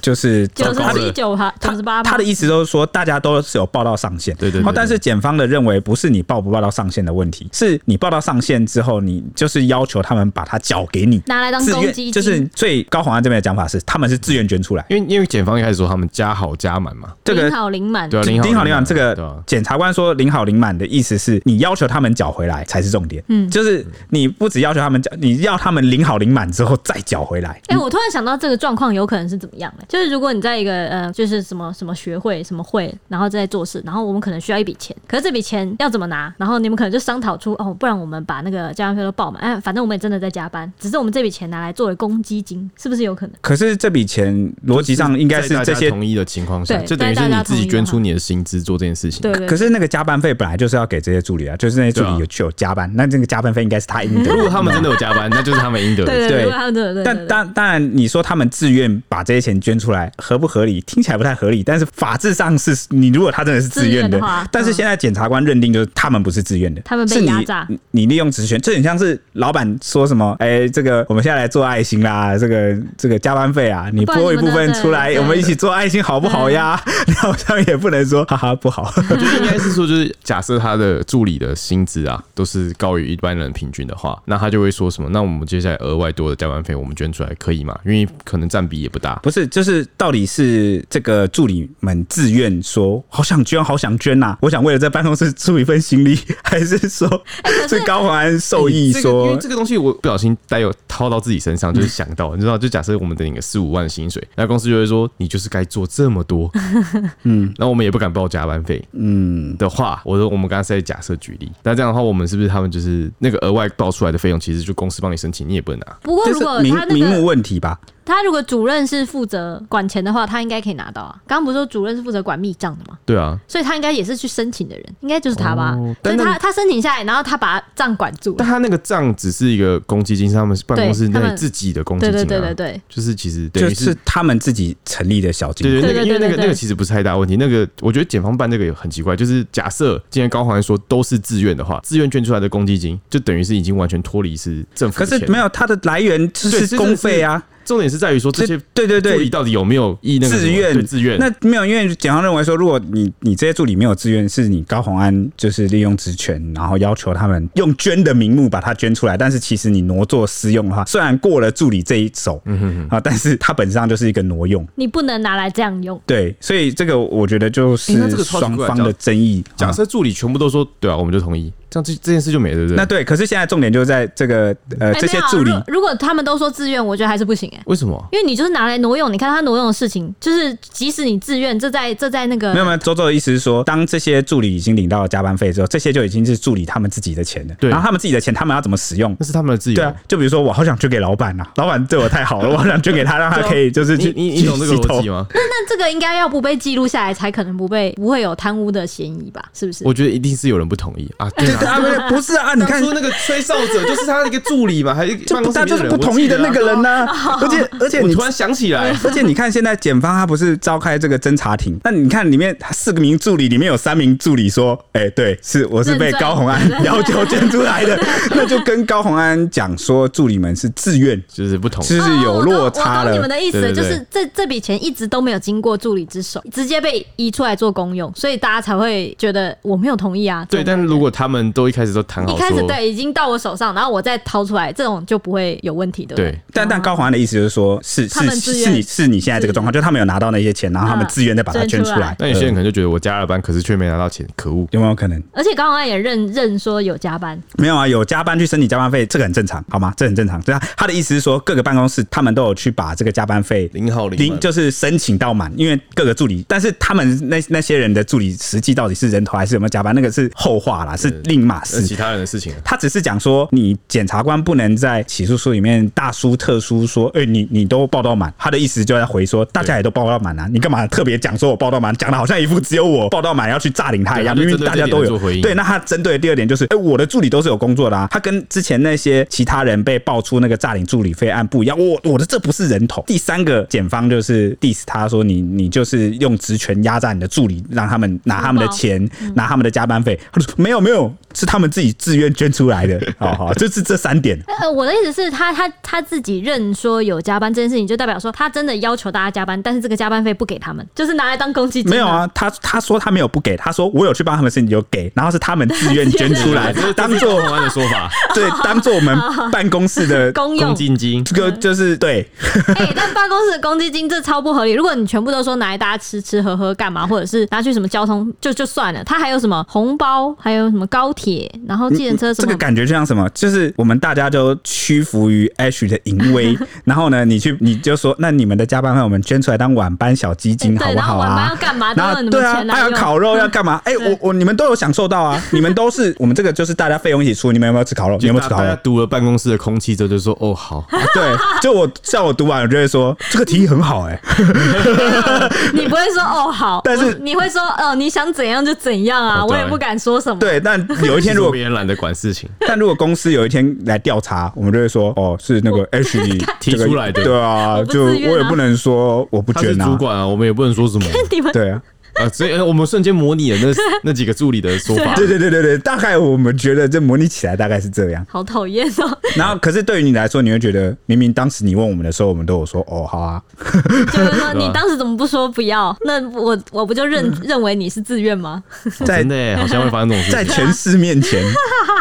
A: 就是
B: 九
C: 糟糕
B: 十
C: 了
B: 七、九趴、
A: 他
B: 九十八趴。
A: 他的意思就是说，大家都是有报到上限，
C: 对对对
A: 哦
C: 对
A: 但是检方的认为，不是你报不报到上限的问题，是你报到上限之后，你就是要求他们把它缴给你，
B: 拿来当
A: 自
B: 公
A: 愿
B: 积金，
A: 就是所以高宏安这边的讲法是，他们是自愿捐出来。
C: 因为因为检方一开始说他们加好加满嘛，
A: 这个
B: 领好领满。
C: 对啊，
A: 丁
C: 好
A: 好
C: 领
A: 领满这
C: 对啊
A: 个检察官说领好领满的意思是你要求他们缴回来才是重点，嗯，就是你不只要求他们缴，你要他们领好领满之后再缴回来。
B: 哎、我突然想到这个状况有可能是怎么样呢？就是如果你在一个呃，就是什么什么学会什么会，然后在做事，然后我们可能需要一笔钱，可是这笔钱要怎么拿？然后你们可能就商讨出哦，不然我们把那个加班费都报满，哎，反正我们也真的在加班，只是我们这笔钱拿来作为公积金，是不是有可能？
A: 可是这笔钱逻辑上应该是
C: 在
A: 这
C: 大家
A: 些，
C: 同意的情况下，
B: 对
C: 就等于是
B: 在大
C: 你
B: 家
C: 自己
B: 同意
C: 捐
B: 的
C: 出你的薪资做这件事情。
B: 对对
A: 可是那个加班费本来就是要给这些助理啊，就是那些助
C: 对啊
A: 理有有加班，那这个加班费应该是他应得
C: 如果
A: 的。
C: 他们真的有加班，那就是他们应得的。
B: 对
A: 对
B: 对对对对。
A: 但当当然，你说他们自愿把这些钱捐出来，合不合理？听起来不太合理，但是法制上是你如果他真的是自愿
B: 自愿
A: 的
B: 的话，
A: 但是
B: 嗯
A: 现在检察官认定就是他们不是自愿的，
B: 他们被
A: 是你
B: 压榨
A: 你你利用职权，这很像是老板说什么，哎，这个我们现在来做爱心啦，这个这个加班费啊，你
B: 不然
A: 拨一
B: 你们
A: 部分
B: 的
A: 出来，
B: 对嗯
A: 我们一起做爱心好不好呀？你 好像也不能说哈哈不好，
C: 我觉得应该是说，就是假设他的助理的薪资啊都是高于一般人平均的话，那他就会说什么？那我们接下来额外多的加班费我们捐出来可以吗？因为可能占比也不大。
A: 不是，就是到底是这个助理们自愿说好想捐，好想捐呐、我想为了在办公室出一份心力，还是说
B: 哎
A: 是高宏安受益
C: 哎这个因
A: 说
C: 为这个东西我不小心带有套到自己 身上，就是想到，你知道，就假设我们的领个四五万薪水，那公司就会说你就是该做这么 多，嗯，那我们也不敢报加班费，嗯的话，我说我们刚才是在假设举例，那这样的话，我们是不是他们就是那个额外报出来的费用，其实就公司帮你申请，你也不能拿，
B: 不过
A: 就
B: 如
A: 是
B: 果
A: 名
B: 他那
A: 名目
B: 个
A: 问题吧？
B: 他如果主任是负责管钱的话，他应该可以拿到啊。刚刚不是说主任是负责管密账的吗？
C: 对啊。
B: 所以他应该也是去申请的人，应该就是他吧？
C: 哦
B: 所
C: 但
B: 以
C: 那
B: 他他申请下来，然后他把账管住
C: 但
B: 了。
C: 他那个账只是一个公积金，是他们办公室
B: 对他们
C: 内自己的公积
B: 对
C: 金、啊，
B: 对对对对，
C: 就是其实等
A: 就
C: 于是
A: 是他们自己成立的小金
C: 对
A: 库。
C: 对，那个
B: 对对
C: 因为
B: 对
C: 那个
B: 对
C: 那个其实不是太大问题。那个我觉得检方办这个也很奇怪，就是假设今天高环说都是自愿的话，自愿捐出来的公积金就等于是已经完全脱离是政府
A: 可
C: 的钱。
A: 是没有它的来源就
C: 对
A: 是
C: 这
A: 公费啊，
C: 重点是在于说
A: 这
C: 这些
A: 对对
C: 助理
A: 对。
C: 到底有没有意那个什么
A: 自愿
C: 对自愿？
A: 那没有，因为检方认为说，如果你你这些助理没有自愿，是你高宏安就是利用职权，然后要求他们用捐的名目把它捐出来，但是其实你挪作私用的话，虽然过了助理这一手，
C: 嗯
A: 啊，但是它本质上就是一个挪用。
B: 你不能拿来这样用。
A: 对，所以这个我觉得就
C: 诶那
A: 是
C: 这个超奇
A: 双
C: 怪
A: 方的争议。
C: 假
A: 啊
C: 设助理全部都说对啊，我们就同意，这样这这件事就没了，对不对？
A: 那对，可是现在重点就在这个呃
B: 哎
A: 这些
B: 没有啊
A: 助理
B: 如，如果他们都说自愿，我觉得还是不行哎、
C: 为什么？
B: 因为你就是拿来挪用，你看他挪用的事情，就是即使你自愿，这在这在
C: 呃
B: 那个
A: 没有没有，周周的意思是说，当这些助理已经领到了加班费之后，这些就已经是助理他们自己的钱了。
C: 对
A: 然后他们自己的钱，他们要怎么使用？
C: 那是他们的自由。
A: 对啊，就比如说，我好想捐给老板啊， 老板对我太好 了，我好想捐给他，让他可以就是
C: 啊你
A: 去
C: 你你懂这个 逻辑？吗？
B: 那这个应该要不被记录下来，才可能不被不会有贪污的嫌疑吧？是不是？
C: 我觉得一定是有人不同意啊。对
A: 去洗头
C: 啊，
A: 啊，不是不是啊，你
C: 当
A: 看
C: 初。那个吹哨者就是他的一个助理嘛，还是
A: 就
C: 办
A: 不
C: 公室
A: 他
C: 里
A: 就
C: 面
A: 是
C: 人
A: 不同意的那个。人 呢、而且而且
C: 啊我记得啊我
A: 你
C: 突然想起来，
A: 而且你看，现在检方他不是召开这个侦查庭？那你看里面四个名助理，里面有三名助理说：“哎、对，是我是被
B: 认罪
A: 高红 安要求捐出来的。”那就跟高红安讲说，助理们是自愿，
C: 就是不同。
A: 其实有落差
B: 哦我懂我懂你
A: 了
B: 们。的意思
C: 哦对对对
B: 就是这这笔钱一直都没有经过助理之手，直接被移出来做公用，所以大家才会觉得我没有同意啊。
C: 对，
B: 这种
C: 但如果他们都一开始都谈好
B: 一
C: 说，
B: 开始对已经到我手上，然后我再掏出来，这种就不会有问题，对不对？
C: 对
A: 但但高红安的意思就是说，是
B: 啊他
A: 是
B: 们
A: 是
B: 自
A: 是
B: 愿
A: 你是你现在这个状况，就他们有拿到那些钱，然后他们
B: 嗯
A: 自愿再把它
B: 捐
A: 捐
B: 出
A: 出
B: 来
A: 来。
C: 那有些人可
A: 呃
C: 能就觉得我加了班，可是却没拿到钱，可恶。
A: 有没有可能？
B: 而且高宏安也认认说有加班，
A: 没有啊，有加班去申请加班费，这个很正常，好吗？这很正常。对啊，他的意思是说，各个办公室他们都有去把这个加班费
C: 零号零
A: 零
C: 嘛
A: 就是申请到满，因为各个助理，但是他们那那些人的助理实际到底是人头还是有没有加班，那个是后话啦，是另一码
C: 是
A: 事
C: 其。他人的事情啊。
A: 他只是讲说，你检察官不能在起诉书里面大书特书说，哎、你你都报到满。他的意思就在回说，大家也都报到满啊，你干嘛特别讲说我报到满，讲的好像一副只有我报到满要去炸领他一样，
C: 对
A: 明
C: 他
A: 明
C: 就
A: 大家都
C: 针对这点
A: 有
C: 做回。应
A: 对，那他针对的第二点就是，哎、我的助理都是有工作的啊，他跟之前那些其他人被爆出那个诈领助理费案不一样，我我的这不是人头。第三个，检方就是 diss 他说你你就是用职权压榨你的助理，让他们拿他们的钱，拿他们的加班费。他说没有没有，是他们自己自愿捐出 来的。好好，就是这三点。
B: 呃，我的意思是他他他自己认说有加班这件事情，就代表说他真的要求大家加班，但是这个加班费不给他们，就是拿来当公积金。
A: 没有，啊，他他说他没有不给，他说我有去帮他们申请有给，然后是他们 自愿捐出来
C: 这是，
A: 当
C: 这是
A: 做
C: 公安的说法，
A: 对当做我 们办公室的
B: 公 用
C: 公。 积金。
A: 这个就是对，
B: 哎、但办公室的公积金这超不合理。如果你全部都说拿来大家吃吃喝喝干嘛，或者是拿去什么交通就就算了，他还有什么红包，还有什么高铁，然后嗯计程车什
A: 这
B: 么。
A: 个感觉就像什么？就是我们大家都屈服于 H 的淫 威，然后呢，你去你就说，那你们的加班费我们捐出来当晚班小基金好
B: 哎对，
A: 不
B: 然
A: 好
B: 后晚班要
A: 啊？
B: 干嘛？都
A: 然
B: 有
A: 后
B: 你
A: 对
B: 们
A: 啊
B: 钱，来
A: 还有
B: 用
A: 烤肉要干 嘛？哎，我我你们都有享受到啊，你们都是我们这个就是大家费用一起出，你们有没有吃烤肉？你有没有吃
C: 大
A: 烤
C: 家
A: 肉？
C: 读了办公室的空气之后，就说：“哦，好，
A: 对，就我像我读完，我就会说这个提议很好哎、
B: 你不会说哦好，
A: 但是
B: 我你会说哦你想怎样就怎样啊，
C: 哦
B: 我
C: 对
B: 也不敢说什么。
A: 对，但有一天如果
C: 别人懒得管事 情，
A: 但如果公司有一天来调查，我们就会说哦 是那个 H 你
C: 提
A: 这个
C: 出来的
A: 对啊，
B: 我不
A: 就
B: 自愿啊
A: 我也不能说我不
C: 他是
A: 捐
C: 主
A: 啊，
C: 管啊，我们也不能说 什么
B: 你们
A: 对啊。
C: 啊。所以呃我们瞬间模拟了那那几个助理的说 法。
A: 对对对对对，大概我们觉得这模拟起来大概是这样。
B: 好 讨厌哦，
A: 然后，可是对于你来说，你会觉得明明当时你问我们的时候，我们都有说哦好啊，嗯
B: 就是说
C: 对
B: 你
C: 啊
B: 当时怎么不说不要？那我我不就认认为你是自愿吗？
C: 哦
A: 在
C: 真的耶好像会发生这种事
A: 在
C: 情，
A: 全市面前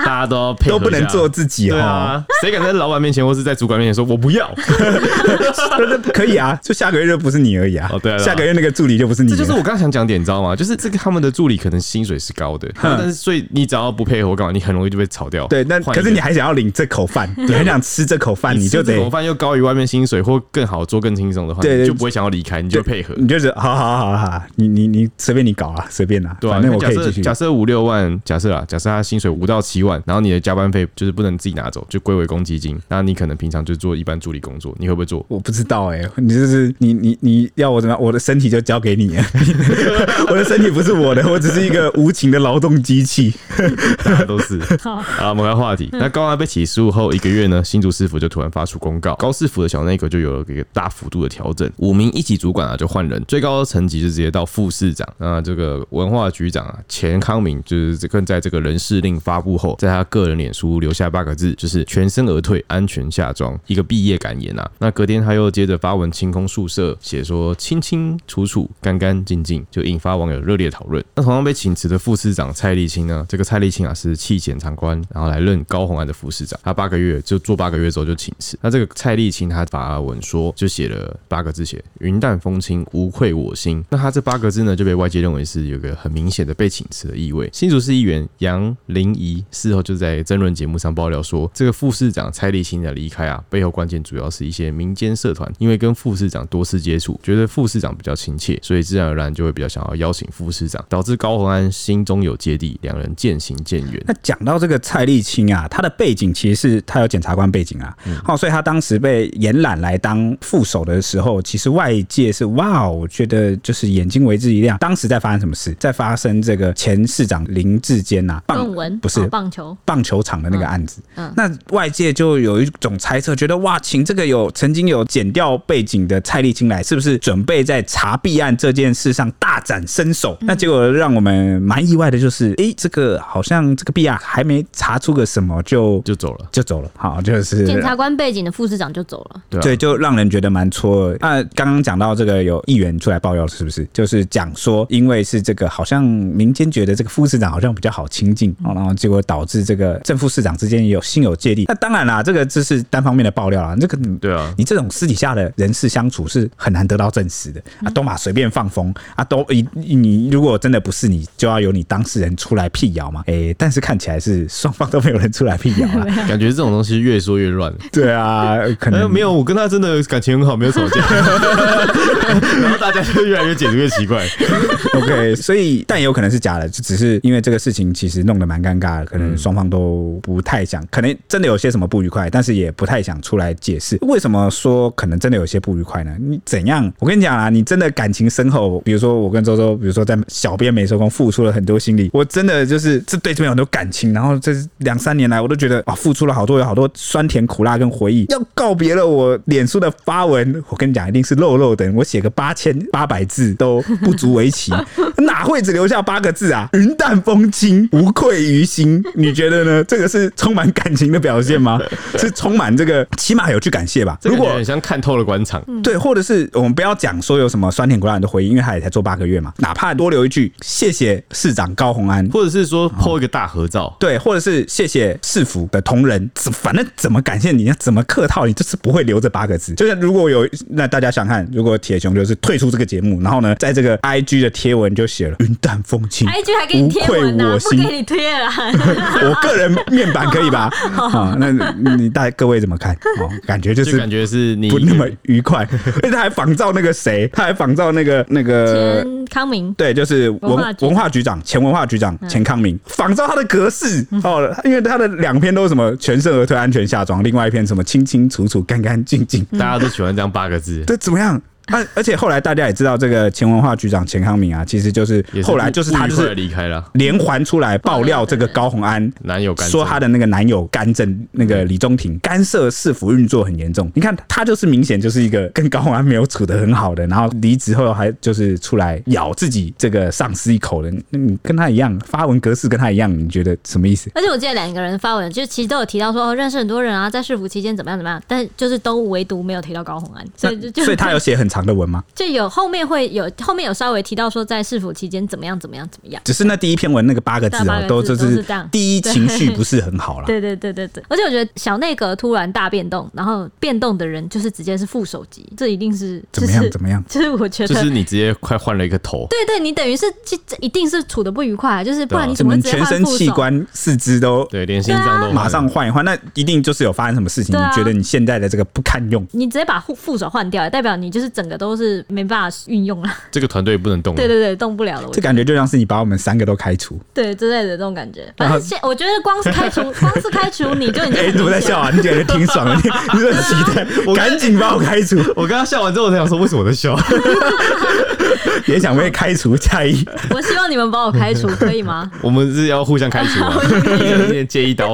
C: 大家都要配合
A: 都
C: 一下
A: 不能做。自己
C: 对
A: 哦，
C: 啊，谁敢在老板面前或是在主管面前说我不要？
A: 可以啊，就下个月就不是你而已啊，
C: 哦对啊对啊
A: 下个月那个助理就不是你
C: 这
A: 了，
C: 就是我刚刚想讲点，你知道吗？就是这个他们的助理可能薪水是高的，但是所以你只要不配合我干嘛，你很容易就被炒掉。
A: 嗯对，那
C: 换一
A: 可是
C: 个
A: 你还想要领这口饭，你还想吃这口饭，你就
C: 吃这
A: 得
C: 种饭又高于外面薪水或更好做更轻松的话，
A: 对对嗯
C: 你就不会想要离开，你就配合。
A: 你就觉得好好好好好，你你你随便你搞啊，随便啊，
C: 对啊，
A: 反正我
C: 假
A: 可以
C: 设
A: 继续。
C: 假设五六万，假设啊，假设他薪水五到七万，然后你的加班费就是不能自己拿走，就归为公积金。那你可能平常就做一般助理工作，你会不会做？
A: 我不知道哎、你就是你你你要我怎么样？我的身体就交给你了， 我的身体不是我的，我只是一个无情的劳动机器。
C: 大家都是。好，我们回话题。那高安被起诉后一个月呢，新竹市府就突然发出公告，高市府的小内阁就有了一个大幅度的调整，五名一级主管啊就换人，最高层级就直接到副市长。那这个文化局长啊钱康明就是这更在这个人事令发布后，在他个人脸书留下八个字，就是全身而退，安全下装，一个毕业感言啊。那隔天他又接着发文清空宿舍，写说清清楚楚、干干净净，就引发网友热烈讨论。那同样被请辞的副市长蔡立青呢，这个蔡立青啊是弃检察官，然后来任高鸿安的副市长，他八个月就做八个月之后就请辞。那这个蔡立青他发文说，就写了八个字写“云淡风轻，无愧我心”。那他这八个字呢，就被外界认为是有个很明显的被请辞的意味。新竹市议员杨玲仪事后就在争论节目上爆料说，这个副市长蔡立青的离开啊，背后关键主要是一些民间社团，因为跟副市长多次接触，觉得副市长比较亲切，所以自然而然就会比较想要邀请副市长，导致高鸿安心中有芥蒂，两人渐行渐远。
A: 那讲到这个蔡立青啊，他的背景其实是他有检察官背景啊，好、所以他当时被延揽来当副手的时候，其实外界是哇哦，我觉得就是眼睛为之一亮。当时在发生什么事？在发生这个前市长林志坚呐、棒
B: 论文
A: 不是
B: 哦棒球，
A: 棒球场的那个案子，
B: 嗯嗯
A: 那外界就有一种猜测，觉得哇，请这个有曾经有剪掉背景的蔡立青来，是不是准备在查弊案这件事上大展身手？
B: 嗯
A: 那结果让我们蛮意外的就是，诶，这个好像这个弊案还没查出个什么就
C: 就走了，
A: 就走了，好，就是
B: 检察官背景的副市长就走了，
C: 对啊，
A: 对，就让人觉得蛮错愕。那刚刚讲到这个，有议员出来爆料，是不是？就是讲说，因为是这个，好像民间觉得这个副市长好像比较好亲近，
C: 嗯
A: 哦然后结果导致这个正副市长之间也有心有芥蒂。那当然啦，这个这是单方面的爆料啦，这个你
C: 对啊
A: 你这种私底下的人事相处是很难得到证实的
C: 嗯
A: 啊，都嘛随便放风啊，都你你如果真的不是你，就要由你当事人出来辟谣嘛。诶，但是看起来是双方都没有人出来辟谣 啦。
C: 感觉这种东西越说越乱。
A: 对啊，可
C: 哎、
A: 能
C: 没有，我跟他真的感情很好，没有吵架， 然后大家就越来越解读越奇 怪。
A: OK，所以但也有可能是假的，就只是因为这个事情其实弄得蛮尴尬的，可能双方都不太想，可能真的有些什么不愉快，但是也不太想出来解释。为什么说可能真的有些不愉快呢？你怎样？我跟你讲啊，你真的感情深厚，比如说我跟周周，比如说在小编没收工付出了很多心力，我真的就是这对这边有很多感情，然后这两三年来我都觉得啊，付出了好多，有好多酸甜苦辣跟回忆。要告别了我脸书的发文，我跟你讲，一定是肉肉的，我写个八千八百字都不足为奇， 哪会只留下八个字啊？云淡风轻，无愧于心。你觉得呢？这个是充满感情的表现吗？是充满这个，起码有去感谢吧。
C: 这
A: 如
C: 感觉
A: 果
C: 很像看透了官场，
A: 对，或者是我们不要讲说有什么酸甜苦辣的回忆，因为他也才做八个月嘛，哪怕多留一句谢谢市长高鸿安，
C: 或者是说破一个大合照，
A: 对，或者是谢谢市府的同仁，怎反正怎么感谢你，怎么客套，你就是不会留这八个字。就是如果有那大家想看，如果铁熊就是退出这个节目，然后呢，在这个 I G 的贴文就写了“云淡风轻
B: IG 哎还给你贴
A: 无
B: 文
A: 愧
B: 呢、
A: 嗯我
B: 不
A: 心
B: 给你贴啊了啦，”，
A: 我个人面板可以吧？啊、那你大各位怎么看？哦，感觉就
C: 就是感觉是你
A: 不那么愉快，而且他还仿照那个谁，他还仿照那个那个
B: 前康明
A: 对，就是文
B: 文化局
A: 文化局
B: 嗯长
A: 长、前文化局长钱康明，仿照他的格式
B: 嗯
A: 哦，因为他的两篇都是什么全身而退、安全下装，另外一篇什么清清楚楚、干干净净，
C: 大家都喜欢这样八个字，
A: 这怎么样？而、而且后来大家也知道，这个前文化局长钱康明啊，其实就是
C: 也
A: 后来就是
C: 不
A: 他
C: 不愉
A: 就
C: 快地
A: 是
C: 离开了，
A: 连环出来爆料这个高鸿安
C: 男友干
A: 说她的那个男友干政，那个李宗廷干涉市府运作很严重。你看，他就是明显就是一个跟高鸿安没有处得很好的，然后离职后还就是出来咬自己这个上司一口的。那你跟他一样，发文格式跟他一样，你觉得什么意思？
B: 而且我记得两个人发文，就其实都有提到说哦，认识很多人啊，在市府期间怎么样怎么样，但就是都唯独没有提到高虹安，所以就就
A: 所以他有写很长的文吗？
B: 就有后面会有后面有稍微提到说在市府期间怎么样怎么样怎么样。
A: 只是那第一篇文那个八个字
B: 对啊八
A: 哦
B: 个，字
A: 都就
B: 都
A: 是
B: 是这样
A: 第一情绪不是很好啦。
B: 对对对对对，而且我觉得小内阁突然大变动，然后变动的人就是直接是副手级，这一定是
A: 怎
B: 就
A: 么
B: 是
A: 样？怎么样？
B: 就是我觉得
C: 就是你直接快换了一个头，
B: 对对，你等于是这这一定是处的不愉快，就是不
C: 对
B: 然
C: 啊
B: 你
A: 你
B: 怎么会
A: 们
B: 直接
A: 全
B: 换
A: 身
B: 副手？
A: 器官、四肢都
C: 对，啊连心脏都换了
A: 马上换一换，那一定就是有发生什么事情？
B: 对啊
A: 你觉得你现在的这个不堪用？
B: 你直接把副副手换掉，代表你就是整个都是没办法运用了。
C: 这个团队不能动了，
B: 对对对，动不了了，我
A: 这
B: 觉得
A: 感觉就像是你把我们三个都开除。
B: 对之类的这种感觉。
A: 然
B: 反
A: 后
B: 正现我觉得光是开除，光是开除你就已经
A: 哎、
B: 很
A: 你怎么在
B: 明显
A: 笑
B: 了
A: 啊？你感觉挺爽的，你你很期待，赶紧 把我开 除，
C: 我刚刚笑完之后，我才想说为什么我在 笑？
A: 也想被开除蔡一。
B: 我希望你们把我开除，可以吗？
C: 我们是要互相开除啊， 一人接一 刀。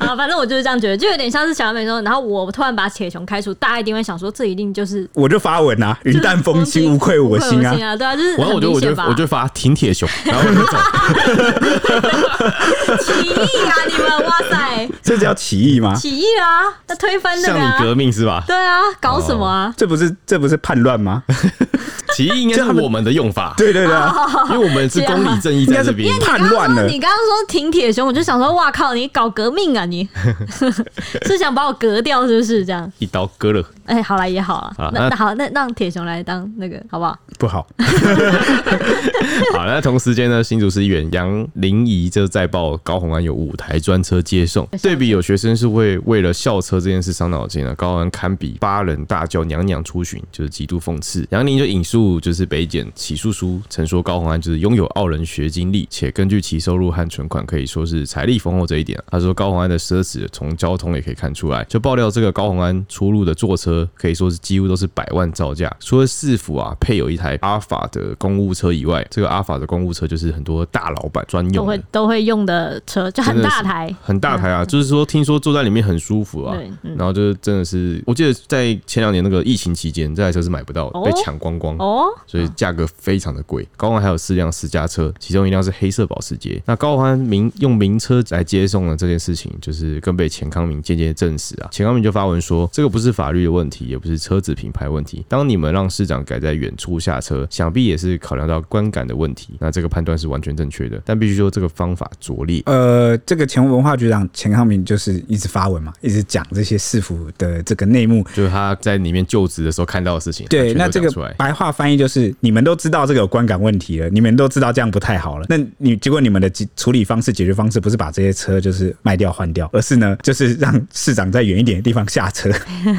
B: 啊，反正我就是这样觉得，就有点像是小美说，然后我突然把铁熊开除，大家一定会想说，这一定就是
A: 我就发文啊，云淡风轻，
B: 就是
A: 无愧我心啊
B: 无愧。对啊，就是
C: 然后我
B: 很
C: 就
B: 明
C: 我就
B: 显吧
C: 我就发挺铁熊，然后我就走。
B: 起义啊，你们哇塞，
A: 这叫起义 吗？
B: 起义啊，要推翻那
C: 向
B: 个
C: 你哦
B: 啊，
C: 革命是吧？
B: 对啊，搞什么啊？
A: 这不是这不是叛乱吗？
C: 起义应该是我们的用法，
A: 对对对啊，
C: 因为我们是公理正义
A: 应
C: 在
A: 该
C: 这
A: 是
C: 边。
A: 叛乱了
B: 你。刚刚说挺铁熊，我就想说，哇靠，你搞革命啊你？ 是想把我革掉是不是？这样，
C: 一刀割了，
B: 哎、好了也好了、
C: 啊
B: 那
C: 那
B: 那好，那让铁熊来当那个好不好？
A: 不好，
C: 好，那同时间呢，新竹市议员杨玲仪就在报高宏安有五台专车接送。对比有学生是会为了校车这件事伤脑筋呢，啊高宏安堪比八人大叫娘娘出巡，就是极度讽刺。杨玲就引述就是北检起诉书曾说高宏安就是拥有傲人学经历，且根据其收入和存款可以说是财力丰厚这一点、啊。他说高宏安的奢侈从交通也可以看出来，就爆料这个高宏安出入的坐车可以说是几乎都是百万造价，除了市府啊配有一台阿法的公务车以外，这个阿法的公务车就是很多大老板专
B: 都
C: 用
B: 会
C: 的。
B: 都会用的车就很大台，
C: 很大台啊，就是说听说坐在里面很舒服啊
B: 对，嗯
C: 然后就是真的是，我记得在前两年那个疫情期间，这台车是买不到的，
B: 哦
C: 被抢光光。
B: 哦，
C: 所以价格非常的贵。高欢还有四辆私家车，其中一辆是黑色保时捷。那高欢名用名车来接送的这件事情，就是更被钱康明间接证实啊。钱康明就发文说，这个不是法律的问题，也不是车子品牌问题。当你们让市长改在远处下车，想必也是考量到观感的问题。那这个判断是完全正确的，但必须说这个方法拙劣。
A: 呃，这个前文化局长钱康明就是一直发文嘛，一直讲这些市府的这个内幕。
C: 就是他在里面就职的时候看到的事情，
A: 对，
C: 全
A: 那
C: 都
A: 这
C: 讲
A: 个
C: 出来
A: 白话翻译就是，你们都知道这个有观感问题了，你们都知道这样不太好了。那你结果你们的解处理方式、解决方式不是把这些车就是卖掉换掉，而是呢，就是让市长在远一点的地方下 车。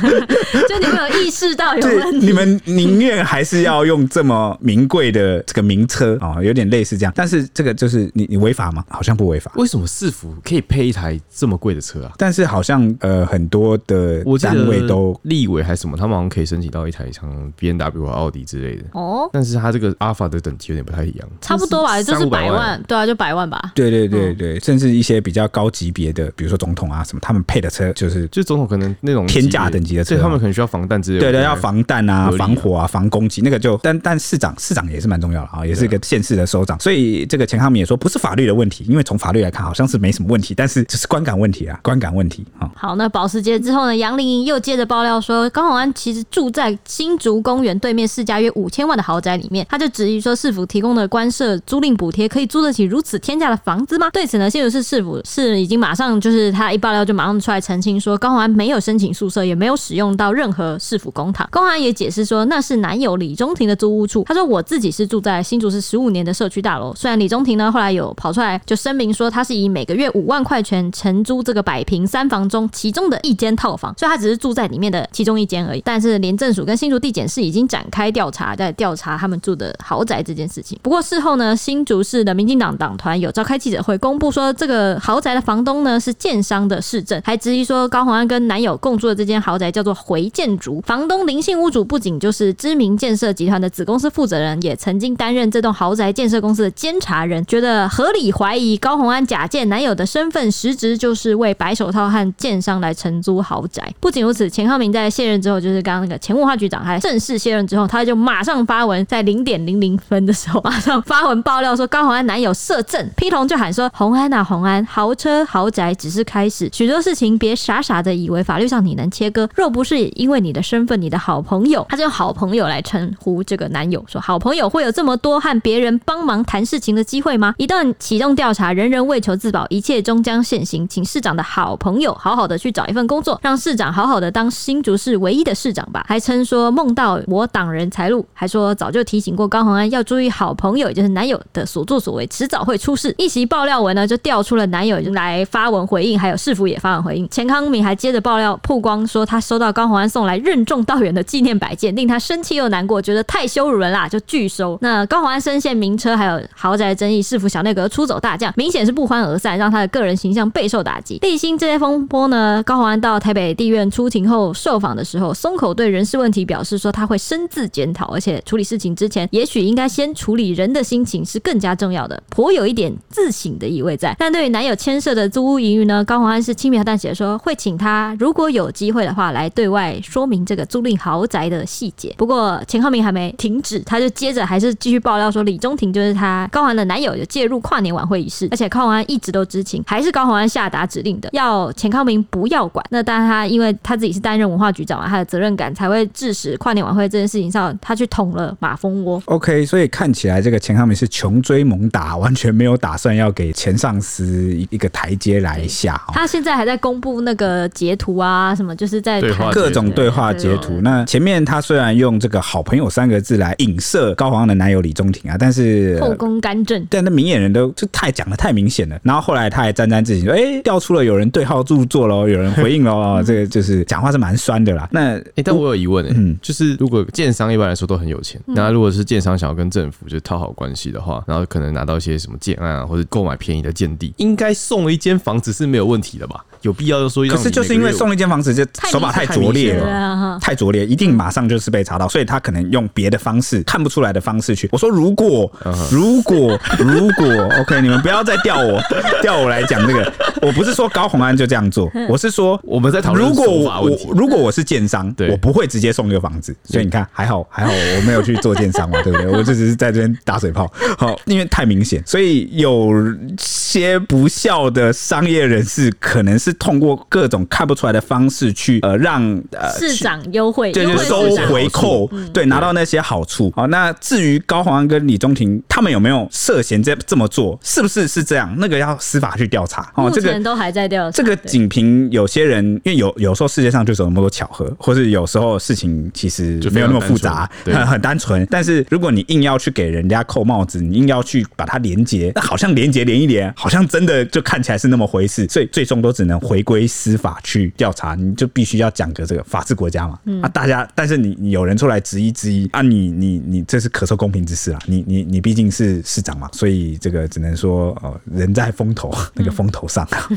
B: 就你们有意识到有
A: 对，
B: 问题，
A: 你们宁愿还是要用这么名贵的这个名车啊、哦，有点类似这样。但是这个就是你你违法吗？好像不违法。
C: 为什么市府可以配一台这么贵的车啊？
A: 但是好像呃很多的
C: 我记得
A: 单位都
C: 立委还是什么，他们好像可以申请到一台像 B N W 或奥迪之类的。
B: 哦，
C: 但是它这个阿尔法的等级有点不太一样，
B: 差不多吧，
C: 三
B: 啊就是
C: 五
B: 百
C: 百
B: 万，。对啊，就百万吧。
A: 对对对
B: 嗯
A: 对，甚至一些比较高级别的，比如说总统啊什么，他们配的车就是
C: 就总统可能那种
A: 天价等级的车啊
C: 所以他们可能需要防弹之类的。
A: 对的，要防弹啊
C: 合、理啊
A: 防火啊、防攻击，那个就但但市长市长也是蛮重要的啊，也是一个县市的首长，所以这个钱康明也说不是法律的问题，因为从法律来看好像是没什么问题，但是就是观感问题啊，观感问题啊。
B: 好，那保时捷之后呢？杨玲莹又接着爆料说，高宏安其实住在新竹公园对面市价约五千万的豪宅里面，他就质疑说，市府提供的官舍租赁补贴可以租得起如此天价的房子吗？对此呢，新竹市市府是已经马上就是他一爆料就马上出来澄清说，高宏安没有申请宿舍，也没有使用到任何市府公堂。高宏安也解释说，那是男友李中庭的租屋处，他说我自己是住在新竹市十五年的社区大楼，虽然李中庭呢后来有跑出来就声明说，他是以每个月五万块钱承租这个百平三房中其中的一间套房，所以他只是住在里面的其中一间而已。但是廉政署跟新竹地检是已经展开调查，在调查他们住的豪宅这件事情。不过事后呢，新竹市的民进党党团有召开记者会，公布说这个豪宅的房东呢是建商的市政，还质疑说高宏安跟男友共住的这间豪宅叫做回建筑，房东林姓屋主不仅就是知名建设集团的子公司负责人，也曾经担任这栋豪宅建设公司的啊监察人，觉得合理怀疑高宏安假借男友的身份，实质就是为白手套和建商来承租豪宅。不仅如此，钱康明在卸任之后，就是刚刚那个前文化局长还正式卸任之后，他就马上发文，在零点零零分的时候，马上发文爆料说高宏安男友摄政，批同就喊说红安啊红安，豪车豪宅只是开始，许多事情别傻傻的以为法律上你能切割，若不是因为你的身份，你的好朋友，他就用好朋友来称呼这个男友，说好朋友会有这么多和别人帮忙谈事情的机会吗？一旦启动调查，人人为求自保，一切终将现行，请市长的好朋友好好的去找一份工作，让市长好好的当新竹市唯一的市长吧。还称说梦到我党人财路，还说早就提醒过高鸿安要注意好朋友，也就是男友的所作所为，迟早会出事。一席爆料文呢，就调出了男友来发文回应，还有市府也发文回应。钱康敏还接着爆料曝光说，他收到高鸿安送来任重道远的纪念摆件，令他生气又难过，觉得太羞辱人啦，就拒收。那高鸿安深陷名车还有豪宅争议，市府小内阁出走大将，明显是不欢而散，让他的个人形象备受打击。历经这些风波呢，高鸿安到台北地院出庭后受访的时候，松口对人事问题表示说，他会深自检讨，而且处理事情之前，也许应该先处理人的心情是更加重要的，颇有一点自省的意味在。但对于男友牵涉的租屋盈余呢，高鸿安是轻描淡写地说，会请他如果有机会的话，来对外说明这个租赁豪宅的细节。不过钱浩明还没停止，他就接着还是继续爆料说，李中庭就是他高鸿安的男友，有介入跨年晚会一事，而且高鸿安一直都知情，还是高鸿安下达指令的，要钱康明不要管。那但他因为他自己是担任文化局长嘛，他的责任感才会致使跨年晚会这件事情上，他去去捅了马蜂窝。
A: OK，所以看起来这个钱康明是穷追猛打，完全没有打算要给钱上司一个台阶来下哦。
B: 他现在还在公布那个截图啊，什么就是在
C: 对
B: 谈
C: 话
A: 各种对话截图。那前面他虽然用这个“好朋友”三个字来影射高皇的男友李中庭啊，但是
B: 后宫干政。
A: 但那明眼人都就太讲的太明显了。然后后来他还沾沾自喜说：“哎、调出了有人对号入座喽，有人回应喽。哦”这个就是讲话是蛮酸的啦。那
C: 哎、但我有疑问哎、
A: 嗯
C: 就是如果建商一般来说都很有钱，
B: 嗯
C: 那如果是建商想要跟政府就讨好关系的话，然后可能拿到一些什么建案啊，或者购买便宜的建地，应该送了一间房子是没有问题的吧？有必要就说让
A: 可
C: 你
A: 是就是因为送了一间房子，这手法太拙劣
B: 对
A: 了。
B: 啊，哈
A: 太拙劣，一定马上就是被查到，所以他可能用别的方式看不出来的方式去。我说如果如果如果，OK，你们不要再调我调我来讲这个，我不是说高红安就这样做，我是说
C: 我们在讨论
A: 如果
C: 手
A: 我
C: 法问题
A: 我如果我是建商，
C: 对
A: 我不会直接送这个房子，所以你看还好还好我没有去做建 商嘛，对不对？我就只是在这边打水泡，好，因为太明显，所以有些不孝的商业人士可能是通过各种看不出来的方式去呃让呃
B: 市长优惠，
A: 对，
B: 优
A: 就
B: 惠
A: 是
B: 市
A: 收
B: 长嗯
A: 回扣，对，拿到那些好处。好，那至于高宏安跟李宗廷他们有没有涉嫌这这么做，是不是是这样？那个要司法去调查。哦，
B: 目
A: 这个
B: 前都还在调查。
A: 这个
B: 对
A: 仅凭有些人，因为有有时候世界上就是有那么多巧合，或是有时候事情其实
C: 就
A: 没
C: 非
A: 有
C: 常
A: 那么复杂，
C: 单纯对
A: 很很单纯。但是如果你硬要去给人家扣帽子，你硬要去把它连接，那好像连接连一连，好像真的就看起来是那么回事。所以最终都只能回归司法去调查，你就必须要讲个这个法治国家嘛。啊，大家，但是你你有人出来质疑质疑啊，你你你这是可受公平之事啊，你你你毕竟是市长嘛，所以这个只能说呃，人在风头那个风头上啊。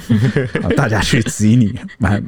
A: 啊，大家去质疑你，蛮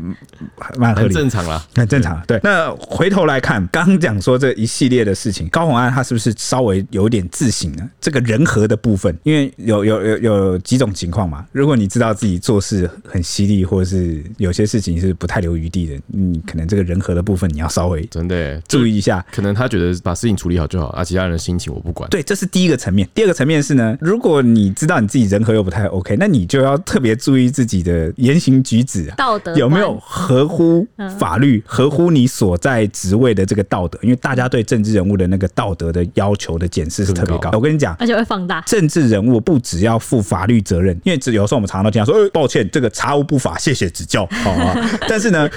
A: 蛮合
C: 很
A: 理的。
C: 正常啦。
A: 很正常，啊对。那回头来看，刚刚讲说这一系列的事情，高洪安他是不是稍微有一点自省呢？这个人和的部分，因为有有有有几种情况嘛。如果你知道自己做事很犀利，或者是有些事情是不太留余地的，你可能这个人和的部分你要稍微
C: 真的、欸，
A: 注意一下。
C: 可能他觉得把事情处理好就好，啊，其他人的心情我不管。
A: 对，这是第一个层面。第二个层面是呢，如果你知道你自己人和又不太 OK，那你就要特别注意自己的言行举止啊。
B: 道德观
A: 有没有？合乎法律、合乎你所在职位的这个道德？因为大家对政治人物的那个道德的要求的检视是特别
C: 更高
A: 高。我跟你讲。
B: 而且会放大。
A: 政治人物不只要负法律责任，因为只有时候我们常常都听到说，哎、抱歉，这个查无不法，谢谢指教，好、啊。但是呢，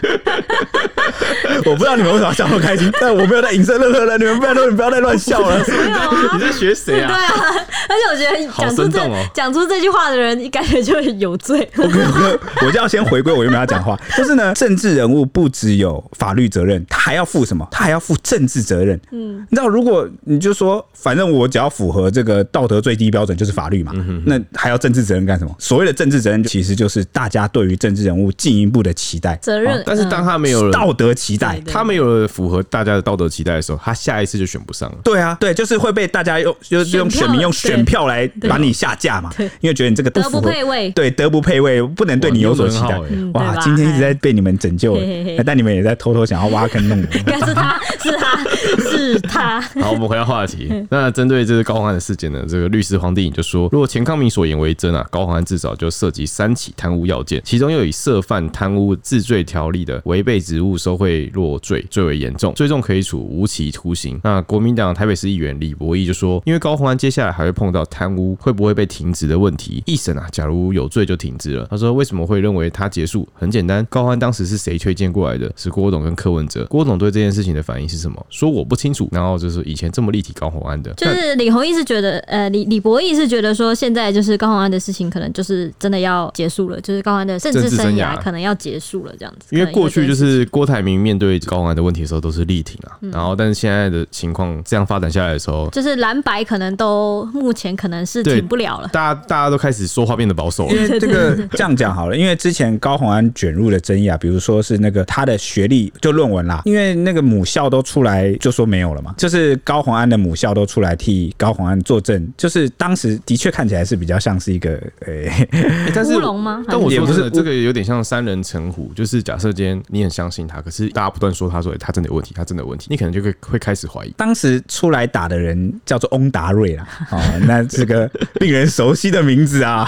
A: 我不知道你们为什么笑那么开心，但我没有在影射乐呵了，你们不要乱，你不要再乱笑了。
B: 没有啊
C: 你在学谁
B: 对
C: 啊？
B: 啊，而且我觉得
C: 好
B: 讲出
C: 生动哦
B: 这讲出这句话的人，感觉就很有罪。
A: OK OK，我就要先回归我原本要讲话，就是 呢，政治人物不只有法律责任，他还要负什么？他还要负政治责任。嗯，你知道，如果你就说，反正我只要符合这个道德最低标准就是法律嘛，
B: 嗯
A: 那还要政治责任干什么？所谓的政治责任，其实就是大家对于政治人物进一步的期待，啊
B: 责任，嗯
C: 但是当他没有了，
A: 道德期待
B: 对。
C: 他没有了符合大家的道德期待的时候，他下一次就选不上 了。
A: 对啊，对，就是会被大家用，就是用选民用选票来把你下架嘛，因为觉得你这个不
B: 德
A: 符
B: 不
A: 合
B: 配位，
A: 对，德不配位，不能对你有所期待
C: 哇你用得很好欸。
B: 嗯
A: 哇
B: 对，吧
A: 今天一直在被你们拯救
B: 嘿嘿嘿，
A: 但你们也在偷偷想要挖坑 弄我。
B: 应该是他，是他，是他。
C: 好，我们回到话题。那针对这个高洪安的事件呢，这个律师黄帝颖就说，如果钱康明所言为真啊，高洪安至少就涉及三起贪污要件，其中又以涉犯贪污治罪条例的违背职务受贿落罪最为严重，最重可以处无期徒刑。那国民党台北市议员李博义就说，因为高洪安接下来还会碰到贪污会不会被停职的问题，一审啊，假如有罪就停职了。他说为什么会认为他结束？很简单，高洪安当时是谁推荐过来的？是郭董跟柯文哲。郭董对这件事情的反应是什么？说我不清楚。然后就是以前这么力挺高洪安的，
B: 就
C: 但
B: 是李弘毅是觉得，呃，李李博义是觉得说，现在就是高宏安的事情，可能就是真的要结束了，就是高宏安的政
C: 政
B: 治
C: 治
B: 生
C: 生
B: 涯
C: 涯
B: 可能要结束了，这样子。
C: 因为过去就
B: 可能
C: 是郭台铭面对高洪安的问题的时候都是力挺啊，
B: 嗯
C: 然后但是现在的情况这样发展下来的时候，
B: 这件事情就是蓝白可能都目前可能是
C: 对
B: 挺不了了。
C: 大家大家都开始说话变得保守了
A: 因。为这个这样讲好了，因为之前高洪安卷入的争议啊，比如说是那个他的学历就论文啦，因为那个母校都出来就说没有了嘛，就是高洪安的母校都出来替高洪安作证，就是当时的确看起来是比较像是一个呃、
C: 欸但是
B: 乌龙吗
C: 但我
A: 也
C: 说
A: 不
C: 不
A: 是
C: 是
A: 乌
C: 这个有点像三人成虎，就是假设今天你很相信他，可是大家不断说他说欸他真的有问题，他真的有问题，你可能就会会开始怀疑。
A: 当时出来打的人叫做翁达瑞啦，哦，那是个令人熟悉的名字啊，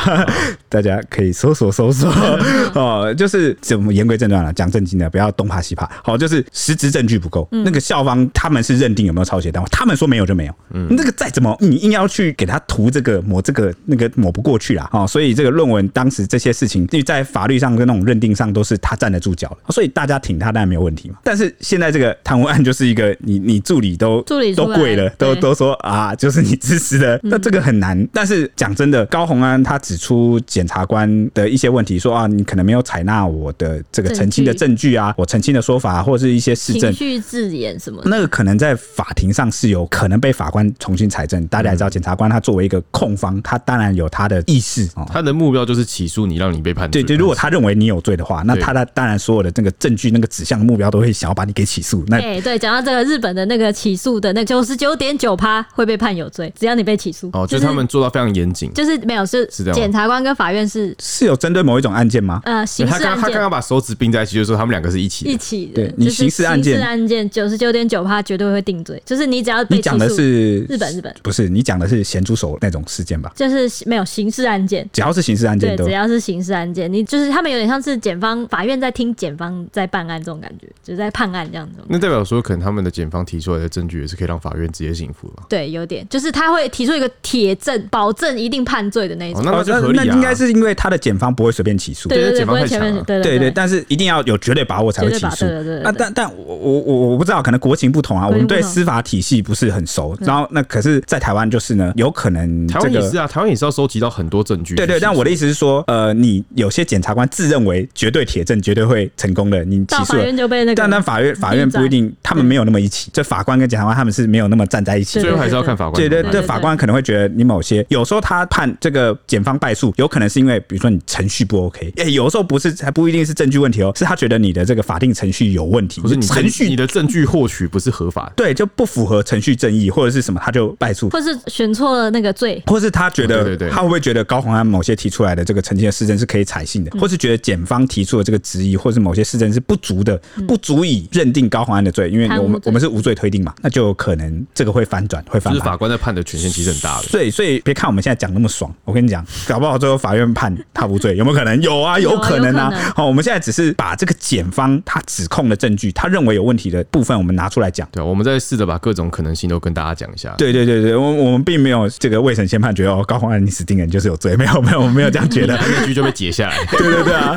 A: 大家可以搜索搜索
B: 嗯
A: 哦。就是怎么言归正传了、讲正经的，不要东怕西怕。好、就是实质证据不够，
B: 嗯
A: 那个校方他们是认定有没有抄袭单位，他们说没有就没有。嗯，那个再怎么你硬要去给他涂这个抹这个那个抹不过去啦。哦，所以这个论文当时这些事情，因为在法律上跟那种认定上都是他站得住脚的，所以大家挺他当然没有问题嘛。但是现在这个贪污案就是一个你你助理都
B: 助理出
A: 都
B: 来
A: 跪了，都
B: 对
A: 都说啊，就是你支持的，
B: 嗯
A: 那这个很难。但是讲真的，高鸿安他指出检察官的一些问题，说啊，你可能没有采纳我的这个
B: 证
A: 澄清的
B: 据
A: 证据啊，我澄清的说法或是一些市
B: 情
A: 政。
B: 绪字眼什么的，
A: 那个可能在法庭上是有可能被法官重新采证。大家也知道，检察官他作为一个控方，他当然有他的意识哦。
C: 他的目标就是起诉你，让你被判罪。
A: 对对，如果他认为你有罪的话，那
C: 对
A: 他的当然所有的那个证据、那个指向的目标都会想要把你给起诉。
C: 嗯
A: 那
B: 哎、对，讲到这个日本的那个起诉的那九十九点九趴会被判有罪，只要你被起诉。
C: 哦，就是他们做到非常严谨。
B: 就是没有是
C: 是这样吗
B: 检察官跟法院是
A: 是有针对某一种案件吗？
B: 呃
C: 对
B: 刑
C: 他
B: 事
C: 刚
B: 案
C: 他刚
B: 件
C: 刚把手指并在一起，就是说他们两个是一起
B: 一
C: 的。
B: 起的，
A: 对你
B: 就是
A: 刑事案件
B: 刑事案件九十九点九趴绝对会定罪，就是你只要被
A: 你
B: 起
A: 讲的
B: 诉，
A: 是
B: 日本日本
A: 不是你讲的是咸猪手那种事件吧？
B: 就是没有刑事案件。
A: 只要是刑事案件
B: 对，
A: 都
B: 只要是刑事案件，你就是他们有点像是检方、法院在听检方在办案这种感觉，就是在判案这样子。
C: 那代表说，可能他们的检方提出来的证据也是可以让法院直接信服了。
B: 对，有点就是他会提出一个铁证，保证一定判罪的那一
C: 哦，
B: 种。
C: 那那就合理
A: 那
C: 啊。
A: 应该是因为他的检方不会随便起诉。
B: 对对
C: 就是
B: 对，
C: 检
B: 不
C: 方
B: 会
C: 太
B: 前
C: 强
B: 面
C: 了
B: 对
A: 对
B: 对，
A: 但是一定要有绝对把握才会起诉
B: 绝对把握对对。对
A: 那但但我我我我不知道，可能国情不同啊，
B: 国
A: 我
B: 情
A: 们对
B: 不同嗯
A: 司法体系不是很熟。然后那可是，在台湾就是呢，有可能
C: 台
A: 这
C: 湾也
A: 个
C: 是。啊，台湾也是要收集到很多证据。
A: 对对，但我的意
C: 思，
A: 思是说，呃，你有些检察官自认为绝对铁证、绝对会成功的，你
B: 到
A: 起诉
B: 法
A: 了，
B: 院就被那个。
A: 但但法院法院不一定，他们没有那么一起。这法官跟检察官他们是没有那么站在一起的
C: 最
B: 对。
C: 后还是要看法官。
A: 对对
B: 对
A: 对，
B: 对
A: 法官可能会觉得你某些有时候他判这个检方败诉，有可能是因为比如说你程序不 OK，哎、有时候不是还不一定是证据问题哦，是他觉得你的这个法定程序有问题，
C: 不是你
A: 程
C: 你
A: 序
C: 的证据获取不是合法的。
A: 对就不符合程序正义或者是什么，他就败诉。
B: 或是选错了那个罪，
A: 或是他觉得，
C: 对对对
A: 他会不会觉得高洪安某些提出来的这个澄清的市政是可以采信的，
C: 嗯
A: 或是觉得检方提出的这个质疑，或是某些市政是不足的，
C: 嗯
A: 不足以认定高洪安的罪，因为
B: 贪污
A: 我们
B: 罪
A: 我们是无罪推定嘛，那就有可能这个会翻转，会
C: 就
A: 翻
C: 是
A: 盘
C: 法。官在判的权限其实很大的，
A: 所以，所以别看我们现在讲那么爽，我跟你讲，搞不好最后法院判他无罪，有没有可能？有啊，
B: 有啊
A: 可能啊
B: 有可能。
A: 好、我们现在只是把这个检方他指控的证据，他认为有问题的部分，我们拿出来讲。
C: 对啊，我们再试着把各种可能性都跟大家讲一下。，
A: 对对对对，我我们并没有这个未审先判决哦，高洪安你死定了，你就是有罪，没有没有，我们没有这样觉 得。
C: 那句就被解下 来。
A: 对对对啊，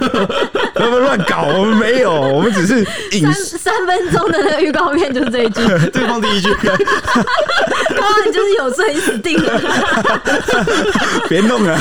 A: 不要乱搞，我们没有，我们只是引
B: 三三分钟的那个预告片就是这一 句，
C: 对方第一句，
B: 哇，你就是有罪，你死定了。
A: 别弄了。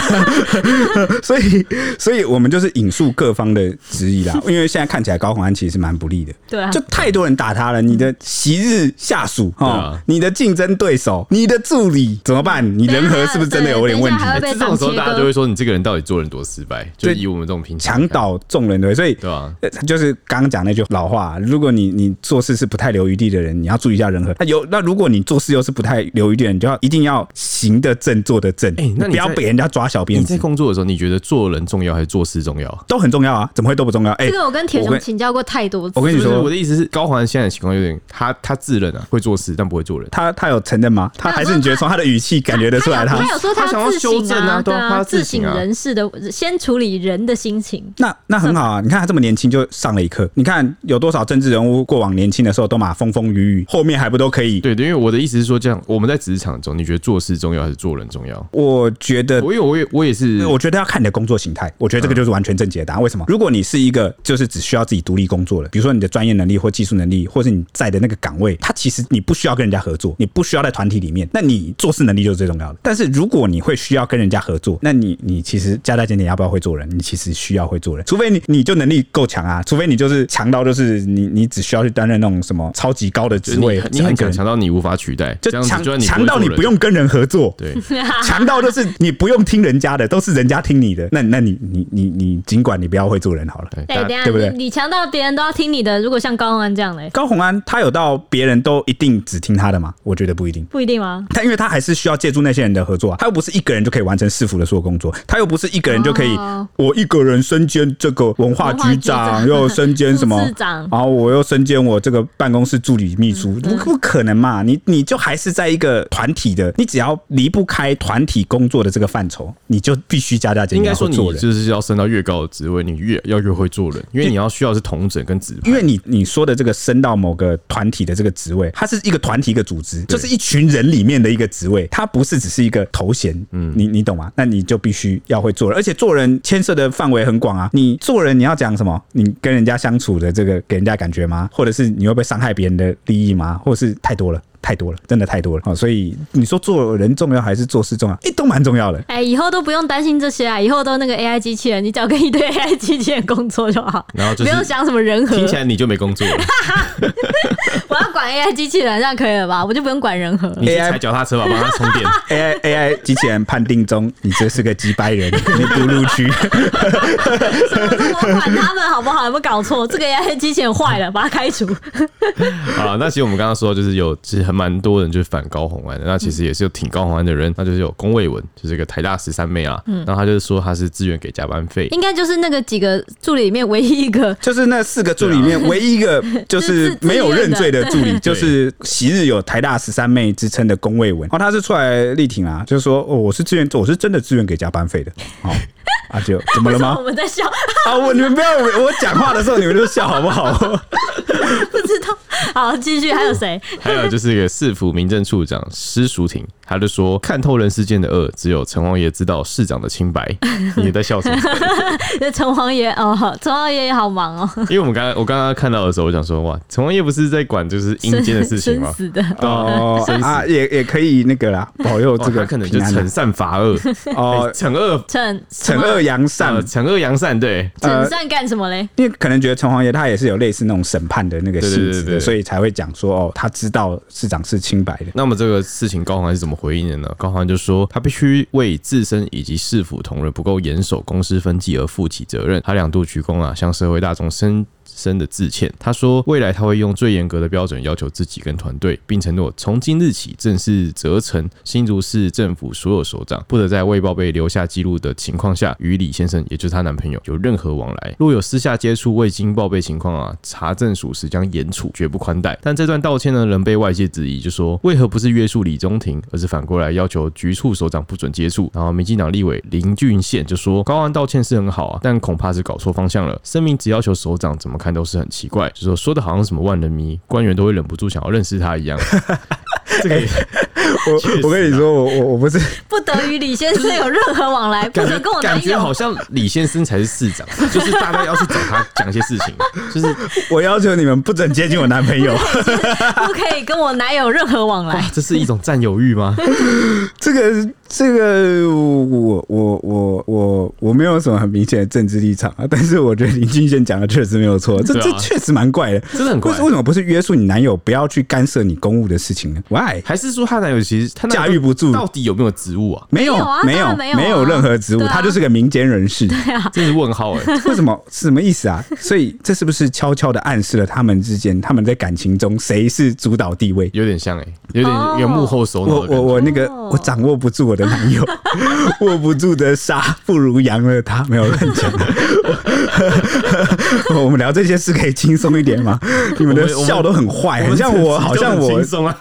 A: 所以，所以我们就是引述各方的质疑啦， 因为现在看起来高洪安其实是蛮不利的。
B: 对啊
A: 就，太多人打他了。你的昔日下属
C: 对
A: 哦
C: 啊，
A: 你的竞争对手，你的助理怎么办？你人和是不是真的有点问
B: 等一
A: 题
B: 下？还会被
C: 这种时候
B: 当切割
C: 大家就会说你这个人到底做人多失败，就
A: 对
C: 以我们这种平常
A: 墙
C: 人看，
A: 倒众人推，所以
C: 对啊吧？
A: 呃就是刚刚讲那句老话，如果你你做事是不太留余地的人，你要注意一下人和。那有那如果你做事又是不太留余地的人，你就要一定要行得正，坐得正，
C: 哎那你
A: 不要
C: 在
A: 被人家抓小
C: 你
A: 辫
C: 在
A: 子，
C: 工作的时候，你觉得做人重要还是做事重要？
A: 都很重要啊，怎么会都不重要？哎
B: 这，个我跟铁
A: 我
B: 雄
A: 跟
B: 请教过太多次
A: 我。跟你
C: 就是我
A: 说，
C: 的意思是，高环现在的情况有点，他他自认啊会做事，但不会做人。
A: 他他有承认吗？他
B: 他有
A: 还是
B: 说
A: 你觉得从他的语气感觉得出来
B: 他
A: 他
B: 有说
C: 啊他想要
B: 自
C: 修
B: 省
C: 正啊
B: 对
C: 对啊他
B: 啊，
C: 要
B: 自
C: 自
B: 省
C: 省啊
B: 人事的，先处理人的心情。
A: 那那很好啊！你看他这么年轻就上了一课，你看有多少政治人物过往年轻的时候都嘛风风雨雨，后面还不都可以？
C: 对对，因为我的意思是说，这样我们在职场中，你觉得做事重要还是做人重要？
A: 我觉得。
C: 我有，我也我也是，嗯
A: 我觉得要看你的工作形态，我觉得这个就是完全正解的答案。为什么？如果你是一个就是只需要自己独立工作的，比如说你的专业能力或技术能力，或是你在的那个岗位，它其实你不需要跟人家合作，你不需要在团体里面，那你做事能力就是最重要的。但是如果你会需要跟人家合作，那你你其实加在减点要不要会做人？你其实需要会做人，除非你你就能力够强啊，除非你就是强到就是你你只需要去担任那种什么超级高的
C: 就
A: 职
C: 是你
A: 位，
C: 很你很
A: 这样可
C: 强
A: 能
C: 强到你无法取代，
A: 就
C: 这样子
A: 强
C: 就算你不会
A: 强到你
C: 做人
A: 不用跟人合作，
C: 对，
A: 强到就是你不用听人家的，都是人家听你的。那那你你你你，尽管你不要会做人好了。
C: 啊对
B: 对，哎等一
C: 但
B: 下
A: 对不对
B: 你你强到别人都要听你的，如果像高洪安这样嘞，
A: 高洪安他有到别人都一定只听他的吗？我觉得不一定。
B: 不一定吗？
A: 但因为他还是需要借助那些人的合作啊，他又不是一个人就可以完成市府的所有工作，他又不是一个人就可以，
B: 哦
A: 我一个人身兼这个文化局
B: 文化
A: 长，
B: 局长
A: 又身兼什么
B: 副市长嗯
A: 然后我又身兼我这个办公室助理秘书，不不可能嘛？你你就还是在一个团体的，你只要离不开团体工作的这个范畴，你就必须加加减
C: 应
A: 减
C: 该
A: 要
C: 说
A: 会
C: 你
A: 做人。
C: 就是要升到越高的职位，你越要越会做人，因为你要需要是同整跟指派
A: 因为你你说的这个升到某个团体的这个职位，它是一个团体一个组织，就是一群人里面的一个职位，它不是只是一个头衔，嗯，你你懂吗？那你就必须要会做人，而且做人牵涉的范围很广啊。你做人你要讲什么？你跟人家相处的这个给人家感觉吗？或者是你会不会伤害别人的利益吗？或者是太多了。太多了，真的太多了哦！所以你说做人重要还是做事重要？欸诶，都蛮重要的。
B: 哎，以后都不用担心这些啊，以后都那个 AI 机器人，你只要跟一堆 AI 机器人工作就好，
C: 然后嗯就
B: 不
C: 是
B: 用想什么人和。
C: 听起来你就没工作了，
B: 我要管 AI 机器人，这样可以了吧？我就不用管人 和。
C: 你去
A: AI
C: 踩脚踏车吧，帮他充电。
A: AI AI 机器人判定中，你这是个鸡掰人， 你不录取。
B: 我管他们好不好？有没有搞错？这个 AI 机器人坏了，把它 开除。
C: 啊，那其实我们刚刚说，就是有其实很蛮多人就是反高红安的，那其实也是有挺高红安的人，那就是有龚卫文，就是一个台大十三妹啊，然后他就是说他是自愿给加班费，
B: 应该就是那个几个助理里面唯一一个。
A: 就是那四个助理里
B: 啊
A: 面唯一一 个就是没有认罪的助理，就是昔日有台大十三妹之称的龚卫文。哦，他是出来力挺啊，就是说哦，我是自愿，我是真的自愿给加班费的。哦，啊 就怎么了
B: 为什
A: 吗
B: 么 我？们在笑，
A: 啊，我你们不要我讲话的时候你们就笑好不 好？
B: 不知道。好，继续，还有谁？
C: 还有就是一个市府民政处长施淑婷，他就说看透人世间的恶，只有城隍爷知道市长的清白。你在笑什么？
B: 那 城隍爷哦，城隍爷也好忙哦，
C: 因为我们刚刚我刚刚看到的时候，我想说哇，城隍爷不是在管就是阴间的事情
B: 生
C: 吗？
B: 死的。
A: 哦
C: 生死
A: 啊，也也可以那个啦，保佑
C: 哦
A: 这个
C: 他可能就
A: 平安
C: 惩
A: 啊
C: 善罚 恶，呃
A: 哦，
C: 惩恶
B: 趁
A: 惩恶扬善
C: 呃。惩恶扬善，对，
B: 陈善干什么嘞？
A: 因为可能觉得城隍爷他也是有类似那种审判的那个性
C: 对对
A: 质
C: 对对
A: 的，所以才会讲说哦，他知道市长是清白的。
C: 那么这个事情高环是怎么回应的呢？高环就说他必须为自身以及市府同仁不够严守公司分际而负起责任。他两度鞠躬啊，向社会大众深深的致歉。他说未来他会用最严格的标准要求自己跟团队，并承诺从今日起正式责成新竹市政府所有首长，不得在未报备留下记录的情况下与李先生，也就是她男朋友有任何往来。若有私下接触未经报备情况啊，查证属实将严处，绝不宽待。但这段道歉呢，仍被外界质疑，就说为何不是约束李宗廷，而是反过来要求局处首长不准接触？然后民进党立委林俊宪就说，高安道歉是很好啊，但恐怕是搞错方向了。声明只要求首长，怎么看都是很奇怪，就说说的好像什么万人迷，官员都会忍不住想要认识他 一样。这个也确实啊
A: 我我跟你说，我我我不是
B: 不得与李先生有任何往来，不
C: 感
B: 得
C: 觉
B: 跟我
C: 感
B: 男
C: 觉好
B: 友。
C: 像李先生才是市长，啊就是大家要去找他讲一些事情，就是
A: 我要求你们不准接近我男朋友，
B: 不可以跟我男友任何 往来。
C: 啊这是一种占有欲吗？
A: 这个这个我我我我我没有什么很明显的政治立场啊，但是我觉得林俊宪讲的确实没有错，这、
C: 对啊
A: 这确实蛮怪的，
C: 真的很怪
A: 为什为什么不是约束你男友不要去干涉你公务的事情呢？Why？
C: 还是说他男友其实他男友
A: 驾驭不住
C: 到底有没有职务 啊？
A: 没有
B: 没有啊
A: 没有
B: 当然没有啊
A: 没有任何职务，
B: 对啊啊
A: 他就是个民间人士。
C: 这是问号哎、
A: 为什么是什么意思啊？所以这是不是悄悄的暗示了他们之间，他们在感情中谁是主导地位？
C: 有点像哎、有
B: 哦
C: 点有幕后首脑
A: 我
C: 的感
A: 我
C: 觉。
A: 我那个
B: 哦
A: 我掌握不住我的男 友，握不住的沙不如扬了他，没有乱讲。 我我们聊这些事可以轻松一点吗？你们的
C: 我们我们
A: 笑都很坏，很像 我，好像
C: 很
A: 我
C: 轻。松 啊，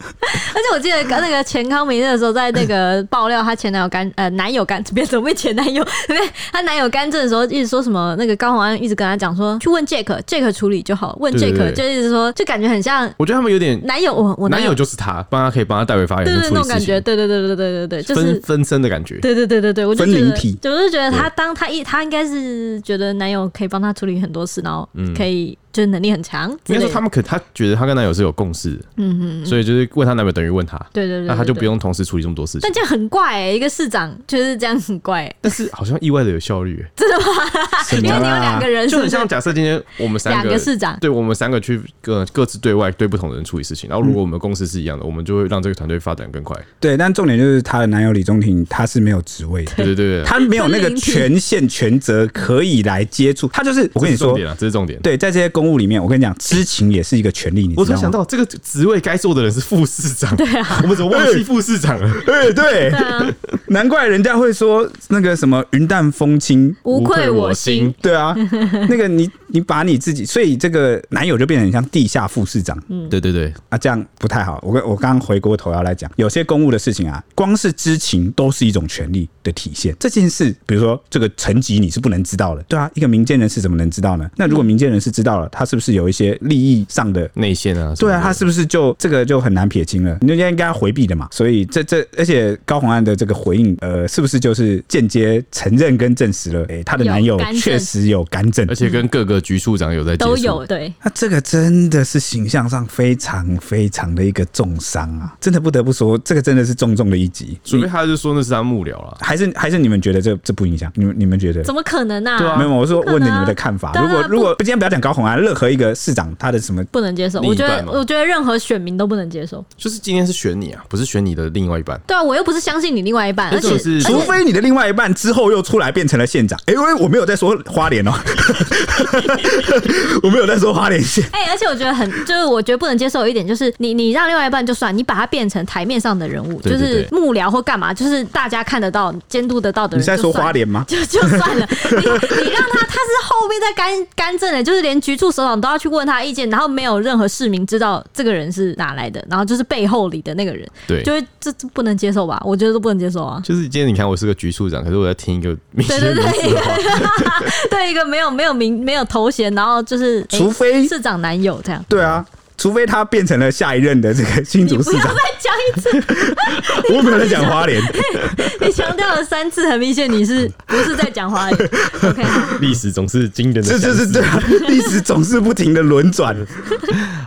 B: 而且我记得那个钱康明那时候在那个爆料她前男友干呃男友干，别怎么会前男友？对，她男友干政的时候一直说什么？那个高洪安一直跟她讲说，去问 Jack，Jack 处理就好，问
C: 对
B: Jack
C: 对对
B: 就一直说，就感觉很像
C: 我觉得他们有点
B: 男友，我我
C: 男友就是他，帮他可以帮他代为发言
B: 对
C: 跟
B: 对
C: 处
B: 那
C: 理
B: 种
C: 事
B: 感觉，
C: 情，
B: 对对对对对对对，就是
C: 分分身的感觉。
B: 对对对对对，我就
A: 分
B: 觉
A: 灵
B: 得
A: 体，
B: 我就觉得她当她一她应该是觉得男友可以帮她处理很多事，然后可以就是能力很强之
C: 嗯应该
B: 类
C: 说他
B: 的。
C: 们可他觉得她跟男友是有共识的，
B: 嗯嗯，
C: 所以就是问她男友等于问她，
B: 对对对，
C: 那她就不
B: 用。
C: 用同时处理这么多事情
B: 但。这样很怪哎、一个市长就是这样很怪、欸，
C: 但是好像意外的有效率、欸，
B: 因为你有
A: 怎么啦啊
B: 两个人，
C: 啊就很像假设今天我们三
B: 两
C: 个
B: 个市长，
C: 对我们三个去各各自对外对不同的人处理事情，然后如果我们公司是一样的，我们就会让这个团队发展更快。
A: 对，但重点就是她的男友李宗廷，他是没有职位的。
C: 对对对对，
A: 他没有那个权限、权责可以来接触，他就是我跟你
C: 这是重
A: 说，
C: 点啊，这是重点。
A: 对，在这些公务里面，我跟你讲，知情也是一个权利，你
C: 我
A: 知
C: 突
A: 道
C: 然想
A: 吗？
C: 到，这个职位该做的人是副市长，对啊，我们怎么忘记副市长了？
A: 对对，
B: 对 啊，
A: 难怪人家会说那个什么云淡风轻。
B: 无愧我心。，
A: 对啊， 那个你你把你自己，所以这个男友就变成很像地下副市长
B: 嗯
C: 对对对，
A: 啊，这样不太好。我跟我刚刚回过头要来讲，有些公务的事情啊，光是知情都是一种权利的体现。这件事，比如说这个层级你是不能知道的，对啊，一个民间人士怎么能知道呢？那如果民间人士知道了，他是不是有一些利益上的
C: 内线啊，
A: 对啊，他
C: 他
A: 是不是就这个就很难撇清了？你就应该回避的嘛。所以这这，而且高洪安的这个回应，呃，是不是就是间接承认跟证实了，诶、她的
B: 有
A: 男友
B: 干政
A: 确实有干政
C: 而。且跟各个局处长有在接触
B: 都有，对，
A: 那、这个真的是形象上非常非常的一个重伤啊！真的不得不说，这个真的是重重的一击。
C: 除非他就说那是他幕僚了。
A: 还是还是你们觉得这这不影响？你们你们觉得？
B: 怎么可能啊？
A: 没有，我说问了
B: 不可能啊
A: 你们的看法。
B: 当
A: 如
B: 然
A: 果
B: 不
A: 如果今天不要讲高洪安，任何一个市长他的什么
B: 不能接受，
C: 另
B: 我
C: 一
B: 觉
C: 半
B: 得，
C: 吗
B: 我觉得任何选民都不能接受。
C: 就是今天是选你啊，不是选你的另外一半。
B: 对啊，我又不是相信你另外一半，而
C: 那哎这种
B: 且
C: 是
A: 除非你的另外一半之后又出来变成了县长，哎、因为我没有在说花 莲哦、我没有在说花莲县。
B: 哎、而且我觉得很， 就是我觉得不能接受的一点，就是你你让另外一半就算，你把他变成台面上的人物，
C: 对对
B: 就是幕僚或干嘛，就是大家看得到、监督得到的
A: 你
B: 人
A: 是在
B: 就算，
A: 说花莲吗？
B: 就就算了。你你让他，他是后面在干干政的，就是连局处首长都要去问他意见，然后没有任何市民知道这个人是哪来的，然后就是背后里的那个人，
C: 对，
B: 就会这这不能接受吧？我觉得都不能接受啊。
C: 就是今天你看我是个局处长，可是我在听一个 明
B: 对
C: 星
B: 对
C: 的
B: 对，一
C: 话，
B: 个 对一个没有没有名没有头衔，然后就是哎
A: 除非
B: 市长男友这样。
A: 对啊，除非他变成了下一任的这个新
B: 你
A: 竹市
B: 不要
A: 长。
B: 再讲一次，
A: 我没有在讲花莲，
B: 你强调了三次，很明显你是不是在讲华语？OK，好
C: 历史总是惊人的
A: 这
C: 相似。
A: 这是这历史总是不停的轮 转。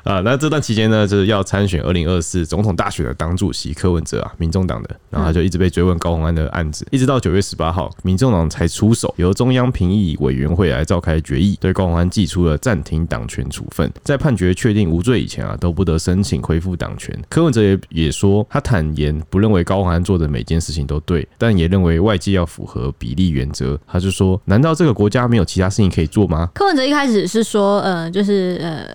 C: 啊，那这段期间呢，就是要参选二零二四总统大选的党主席柯文哲啊，民众党的，然后他就一直被追问高鸿安的案子，一直到九月十八号，民众党才出手，由中央评议委员会来召开决议，对高鸿安寄出了暂停党权处分，在判决确定无罪以前啊，都不得申请恢复党权。柯文哲也也说，他坦言不认为高鸿安做的每件事情都对，但也认为外界要符合比例原则。他就说，难道这个国家没有其他事情可以做吗？
B: 柯文哲一开始是说，呃，就是呃，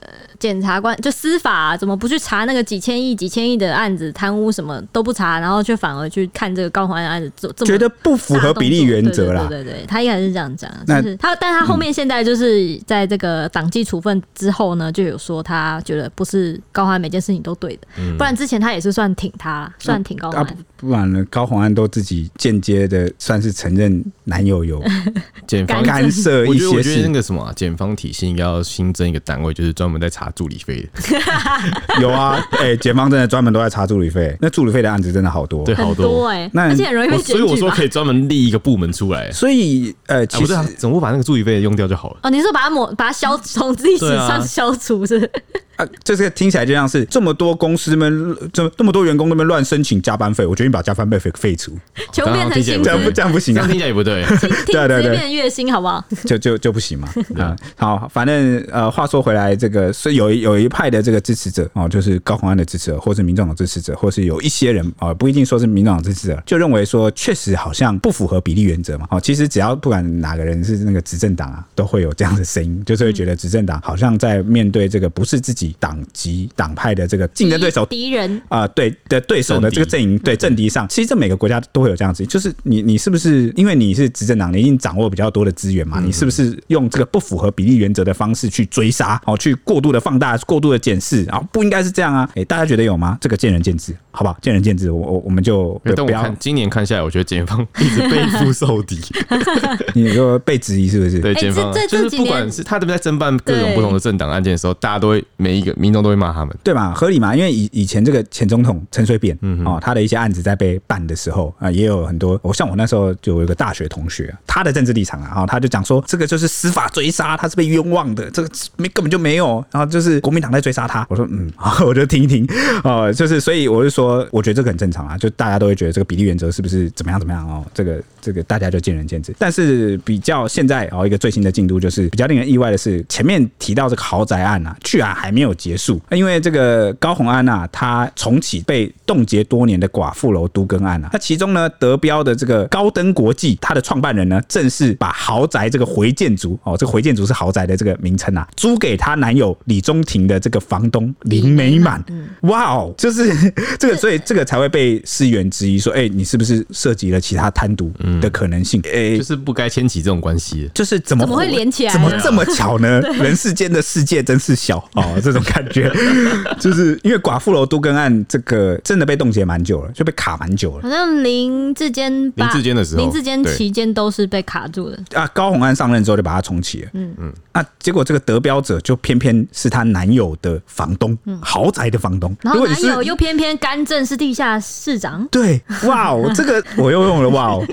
B: 检察官就司法啊、怎么不去查那个几千亿、几千亿的案子，贪污什么都不查，然后却反而去看这个高环的案子，这这么
A: 觉得不符合比例原则啦。啊
B: 对对对对对他一开始是这样讲，
A: 那嗯
B: 就是他，但他后面现在就是在这个党纪处分之后呢，就有说他觉得不是高欢每件事情都对的，不然之前他也是算挺他啦，算挺高
A: 嗯啊
B: 欢。
A: 不不然呢？高洪安都自己间接的算是承认男友 有
C: 检方
B: 干
A: 干涉
C: 我
A: 一
C: 觉得
A: 些
C: 我觉得那
A: 事，
C: 个什么、啊，检方体系应该要新增一个单位，就是专门在查助理 费的，
A: 有 啊，哎、检方真的专门都在查助理费，那助理费的案子真的好多。
C: 对，好
B: 很
C: 多。
B: 哎、
A: 那
B: 而且很容易被
C: 我
B: 检
C: 所以我
B: 举
C: 说
B: 吧
C: 可？以专门立一个部门出来，
A: 所以呃，
C: 哎
A: 其
C: 不
A: 实、
C: 是啊怎么不把那个助理费用掉就好了？
B: 哦，你是把它抹，把它
A: 嗯
B: 消从历史
C: 对啊
B: 上消除 是不是？
A: 啊，这个听起来就像是这么多公司们，这这么多员工那边乱申请加班费，我决定把加班费废废除，
B: 全部变成薪
C: 对
A: 这样
B: 资
A: 不，这样不
C: 这
A: 行
C: 样
A: 啊，
C: 听起来也不 对。
B: 薪资
A: 对啊对对
B: 变月薪，好不好？
A: 就就就不行嘛。啊，好，反正呃，话说回来，这个是有一有一派的这个支持者哦，就是高鸿安的支持者，或是民众党支持者，或是有一些人啊、哦不一定说是民众党支持者，就认为说确实好像不符合比例原则嘛。哦，其实只要不管哪个人是那个执政党啊，都会有这样的声音，就是会觉得执政党好像在面对这个不是自己党籍党派的这个竞争对手
B: 敌人
A: 啊、对的对手的
C: 政敌嗯
A: 这个阵营，对政敌上，其实这每个国家都会有这样子，就是你你是不是因为你是执政党，你一定掌握比较多的资源
C: 嗯
A: 嘛？你是不是用这个不符合比例原则的方式去追杀，哦，去过度的放大、过度的检视啊、不应该是这样啊？诶，大家觉得有吗？这个见仁见智，好不好？见仁见智，我我我们就
C: 哎
A: 不
C: 但我
A: 不要
C: 看，今年看下来，我觉得检方 一直背负受敌，
A: 你说被质疑是不是？
C: 对
B: 哎
C: 检方
B: 这这
C: 就
B: 这
C: 是
B: 几
C: 不
B: 年
C: 管是他们在侦办各种
B: 对
C: 不同的政党案件的时候，大家都会每每一个民众都会骂他们。
A: 对嘛，合理嘛，因为以以前这个前总统陈水扁，哦，他的一些案子在被办的时候啊、也有很多，我像我那时候就有一个大学同学，他的政治立场啊，哦、他就讲说这个就是司法追杀，他是被冤枉的，这个没根本就没有，然后就是国民党在追杀他。我说嗯， 好，我就听一听，哦，就是所以我就说，我觉得这个很正常啊，就大家都会觉得这个比例原则是不是怎么样怎么样哦，这个这个大家就见仁见智。但是比较现在哦，一个最新的进度就是比较令人意外的是，前面提到这个豪宅案啊，居然还没有结束，因为这个高红安啊，他重启被冻结多年的寡妇楼都更案啊，那其中呢，德标的这个高登国际，它的创办人呢，正是把豪宅这个回建族哦，这个回建族是豪宅的这个名称啊，租给她男友李中庭的这个房东林美满，哇哦，就是这个，所以这个才会被世员质疑说，哎、你是不是涉及了其他贪渎的可能性？哎、
C: 嗯就是不该牵起这种关系的。
A: 就是怎么
B: 怎么会连起来
A: 怎么
B: 呢
A: 这么巧 呢？人世间的世界真是小哦，这种感觉，就是因为寡妇楼都更案这个真的被冻结蛮久了，就被卡蛮久了
B: 好像林志坚吧，
C: 林志坚的时候
B: 林志坚
C: 对
B: 期间都是被卡住的。
A: 啊。高红安上任之后就把它重启了，嗯嗯，啊，结果这个得标者就偏偏是她男友的房东，豪宅的房东。
B: 嗯然
A: 如果
B: 后
A: 你
B: 男
A: 是
B: 友又偏偏干政是地下市长，
A: 对，哇 哦，这个我又用了哇哦，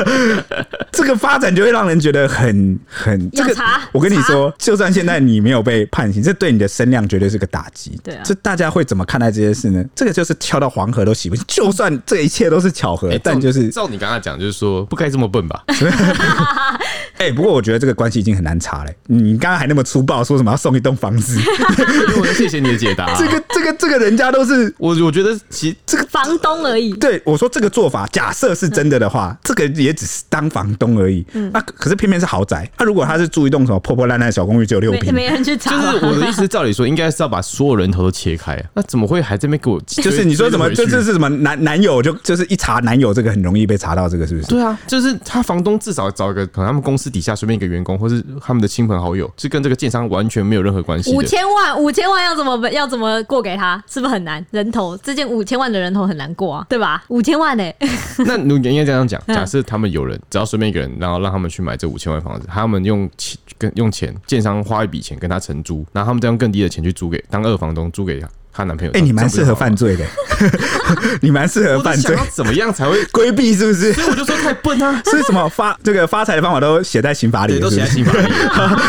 A: 这个发展就会让人觉得很很这
B: 有
A: 个
B: 查。
A: 我跟你说，就算现在你没有被判刑，这对你的声量绝对是个打击。
B: 对啊
A: 这大家会怎么看待这件事呢？这个就是跳到黄河都洗不清。就算这一切都是巧合，
C: 哎
A: 但
C: 照
A: 就是
C: 照你刚刚讲，就是说不该这么笨吧？
A: 哎、不过我觉得这个关系已经很难查了。你刚刚还那么粗暴，说什么要送一栋房 子？
C: 我谢谢你的解答、
A: 这个这个这个人家都是
C: 我我觉得其
B: 房东而已。
A: 对我说这个做法，假设是真的的话，
C: 嗯
A: 这个也只是当房东而已。那、可是偏偏是豪宅，那、如果他是住一栋什么破破烂烂的小公寓，只有六
B: 没
A: 平。
B: 没人去查
C: 就
B: 吧，
C: 是我的意思，照理说应该是要把所有人头都切 开啊，那怎么会还这边给我追？
A: 就是你说什么，
C: 追
A: 就
C: 回去
A: 这是什么男男友，就就是一查男友这个很容易被查到，这个是不是？
C: 对啊，就是他房东至少找一个可能他们公司底下随便一个员工，或是他们的亲朋好友，是跟这个建商完全没有任何关系
B: 五
C: 的。
B: 千万，五千万要怎么要怎么过给他？是不是很难？人头这件五千万的人头很难过啊，对吧？五千万呢、
C: 那你应该这样讲，
B: 嗯
C: 假设他们有人只要随便一个人，然后让他们去买这五千万房子，他们用钱跟用钱，建商花一笔钱跟他承租，然后他们再用更低的钱去租给当二房东租给她男朋友。
A: 哎、你蛮适
C: 这样
A: 合
C: 不就好
A: 犯
C: 了
A: 罪的，你蛮适合
C: 吗。我在
A: 犯
C: 想
A: 罪，
C: 要怎么样才会，
A: 规避是不 是？，
C: 所以我就说太笨啊
A: 所以什么发这个发财的方法都写在刑法里
C: 对，
A: 了，
C: 都
A: 是
C: 写
A: 不
C: 在
A: 是？
C: 刑法里。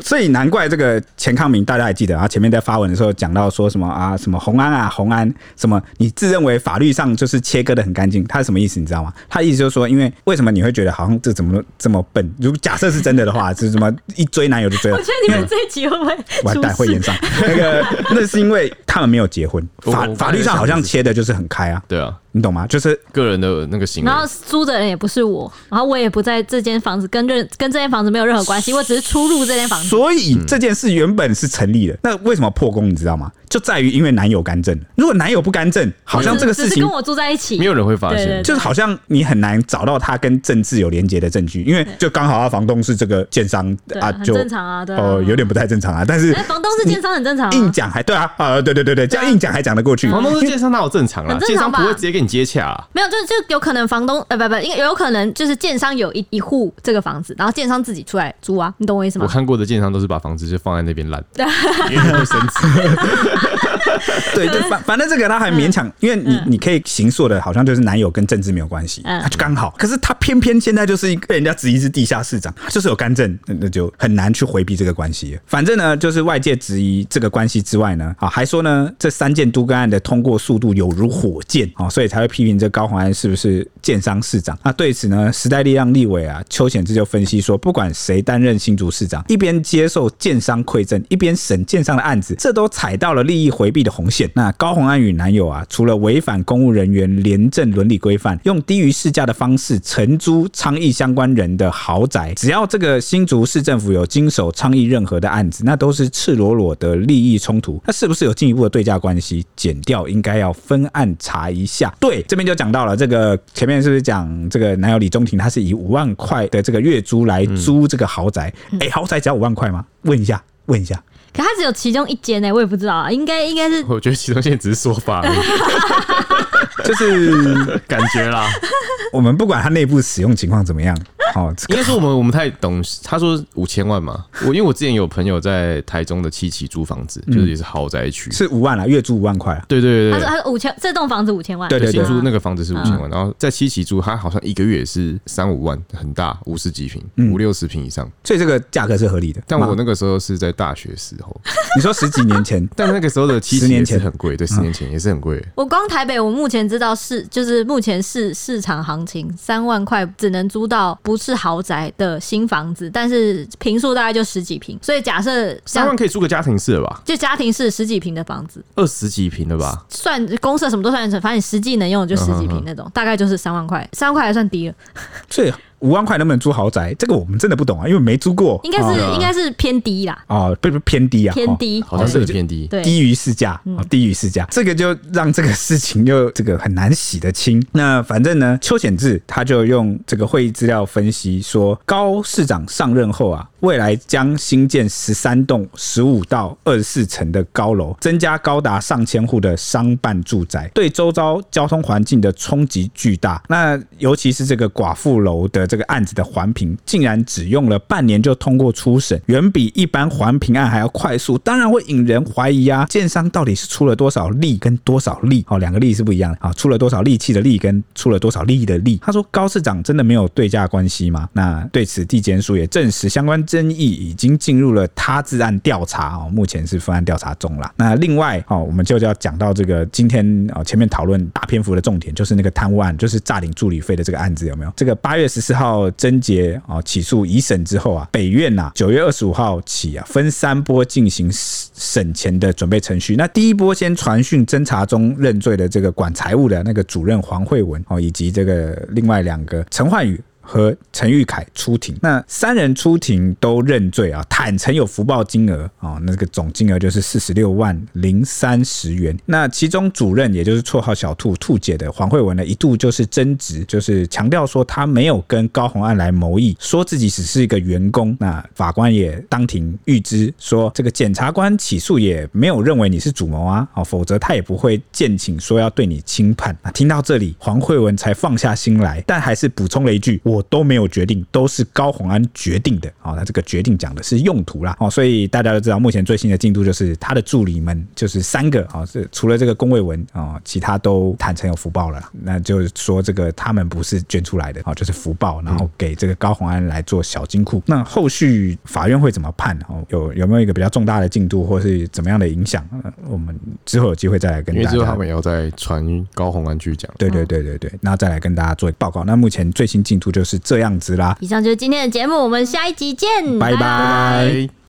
A: 所以难怪这个钱康明，大家还记得啊？前面在发文的时候讲到说什么啊，什么红安啊，红安什么，你自认为法律上就是切割的很干净，他是什么意思？你知道吗？他的意思就是说，因为为什么你会觉得好像这怎么这么笨？如果假设是真的的话，是什么一追男友就追
B: 我
A: 了
B: 觉。得你们这一集会不会
A: 完蛋，
B: 出
A: 会
B: 事
A: 延？上。那个，那是因为他们没有结婚，
C: 我
A: 法
C: 我
A: 法律上好像切的就是很开啊，
C: 对啊，
A: 你懂吗？就是
C: 个人的那个行为
B: 然。后租的人也不是我，然后我也不在这间房子跟任跟这间房子没有任何关系，我只是出入这间房子。
A: 所以这件事原本是成立的，那为什么破功？你知道吗？就在于因为男友干政。如果男友不干政，好像这个
B: 只
A: 事
B: 是
A: 情
B: 跟我住在一起，
C: 没有人会发现，
B: 对对
A: 就是好像你很难找到他跟政治有连结的证据，因为就刚好他房东是这个建商
B: 对
A: 啊，
B: 很
A: 就
B: 正常啊，对啊
A: 哦、有点不太正常啊，但是
B: 哎，房东是建商很正常、啊，
A: 硬讲还对啊，啊、对对对对，这样硬讲还讲得过去。
C: 房东是建商，哪有正常啦
B: 很？正
C: 建
B: 常
C: 商
B: 吧
C: 不会直接跟你接洽、啊。
B: 没有，就就有可能房东呃不不，应该有可能就是建商有一一户这个房子，然后建商自己出来租啊，你懂我意思
C: 我
B: 吗？
C: 看过的建商都是把房子就放在那边烂，因为它会升值。
A: 对对，反反正这个他还勉强，
B: 嗯
A: 因为你你可以行诉的，好像就是男友跟政治没有关系，
B: 嗯
A: 他就刚好。可是他偏偏现在就是一个被人家质疑是地下市长，就是有干政，那那就很难去回避这个关系。反正呢，就是外界质疑这个关系之外呢，啊，还说呢这三件都更案的通过速度有如火箭啊，所以才会批评这高虹安是不是建商市长。那对此呢，时代力量立委啊邱显志就分析说，不管谁担任新竹市长，一边接受建商馈赠，一边审建商的案子，这都踩到了利益回避的红线。那高虹安与男友啊，除了违反公务人员廉政伦理规范，用低于市价的方式承租倡议相关人的豪宅，只要这个新竹市政府有经手倡议任何的案子，那都是赤裸裸的利益冲突。那是不是有进一步的对价关系？减掉应该要分案查一下。对，这边就讲到了这个前面是不是讲这个男友李中庭，他是以五万块的这个月租来租这个豪宅？哎、豪宅只要五万块吗？问一下，问一下。
B: 可他只有其中一间呢、我也不知道啊，应该应该是
C: 我觉得其中现在只是说法而 已，
A: 就是
C: 感觉啦。
A: 我们不管它内部使用情况怎么样，哦，这个
C: 应该说我们我们太懂，他说五千万嘛，我因为我之前有朋友在台中的七期租房子，就是也是豪宅区，
A: 是五万啦，月租五万块啊。
C: 对对
B: 嗯他
C: 对
B: 说
C: 对。
B: 他嗯说五千，这栋房子五千万，
A: 对对
C: 新
A: 对
C: 租那个房子是五千万，然后在七期租，他好像一个月也是三五万，很大，五十几平，
B: 嗯
C: 五六十平以上。
A: 所以这个价格是合理的。
C: 但我
A: 嘛
C: 那个时候是在大学时候，
A: 你说十几年前
C: 但那个时候的七
A: 十
C: 期
A: 年
C: 也是
A: 前
C: 很贵，对，十年前也是很贵。
B: 我光台北，我目前知道市就是目前市市场行情，三万块只能租到不是豪宅的新房子，但是平数大概就十几平，所以假设
C: 三
B: 像
C: 万可以租个家庭式了吧？
B: 就家庭是十几平的房子，
C: 二十几平了吧？
B: 算公社什么都算得成，反正你实际能用的就
C: 嗯
B: 十几平那种，大概就是三万块，三万块还算低了，
A: 所以五万块能不能租豪宅？这个我们真的不懂啊，因为没租过。
B: 应该是、
C: 啊
B: 应该是偏低啦，
A: 哦，不不偏低啊，
B: 偏低，
C: 好像是偏低。
B: 对，
A: 低于市价，哦低于市价，这个就让这个事情又这个很难洗得清。那反正呢，邱显志他就用这个会议资料分析说，高市长上任后啊，未来将新建十三栋十五到二十四层的高楼，增加高达上千户的商办住宅，对周遭交通环境的冲击巨大。那尤其是这个寡妇楼的这个案子的环评，竟然只用了半年就通过初审，远比一般环评案还要快速，当然会引人怀疑啊。建商到底是出了多少力跟多少力？哦，两个力是不一样的啊，出了多少力气的力跟出了多少利益的利。他说高市长真的没有对价关系吗？那对此地检署也证实相关争议已经进入了他治案调查哦，目前是分案调查中啦。那另外哦，我们就要讲到这个今天哦前面讨论大篇幅的重点就是那个贪污案，就是诈领助理费的这个案子有没有？这个八月十四号侦结哦起诉一审之后啊，北院呐九月二十五号起啊分三波进行审前的准备程序。那第一波先传讯侦查中认罪的这个管财务的那个主任黄慧文哦，以及这个另外两个陈焕宇。和陈玉凯出庭，那三人出庭都认罪啊，坦诚有福报金额啊、哦，那个总金额就是四十六万零三十元。那其中主任也就是绰号小兔兔姐的黄慧文呢，一度就是争执，就是强调说他没有跟高红安来谋议，说自己只是一个员工。那法官也当庭预知说，这个检察官起诉也没有认为你是主谋啊，哦，否则他也不会见请说要对你轻判。啊，听到这里，黄慧文才放下心来，但还是补充了一句：“我都没有决定，都是高宏安决定的。”哦，他这个决定讲的是用途啦。哦，所以大家都知道，目前最新的进度就是他的助理们就是三个哦，是除了这个龚卫文哦，其他都坦诚有福报了啦。那就是说，这个他们不是捐出来的哦，就是福报，然后给这个高宏安来做小金库。那后续法院会怎么判？哦，有有没有一个比较重大的进度，或是怎么样的影响？呃我们之后有机会再来跟
C: 因为
A: 大
C: 之后
A: 家
C: 他们也要在传高红安去讲，
A: 对对对对对，然后再来跟大家做报告。那目前最新进度就是这样子啦，
B: 以上就是今天的节目，我们下一集见，
A: 拜拜
C: 拜。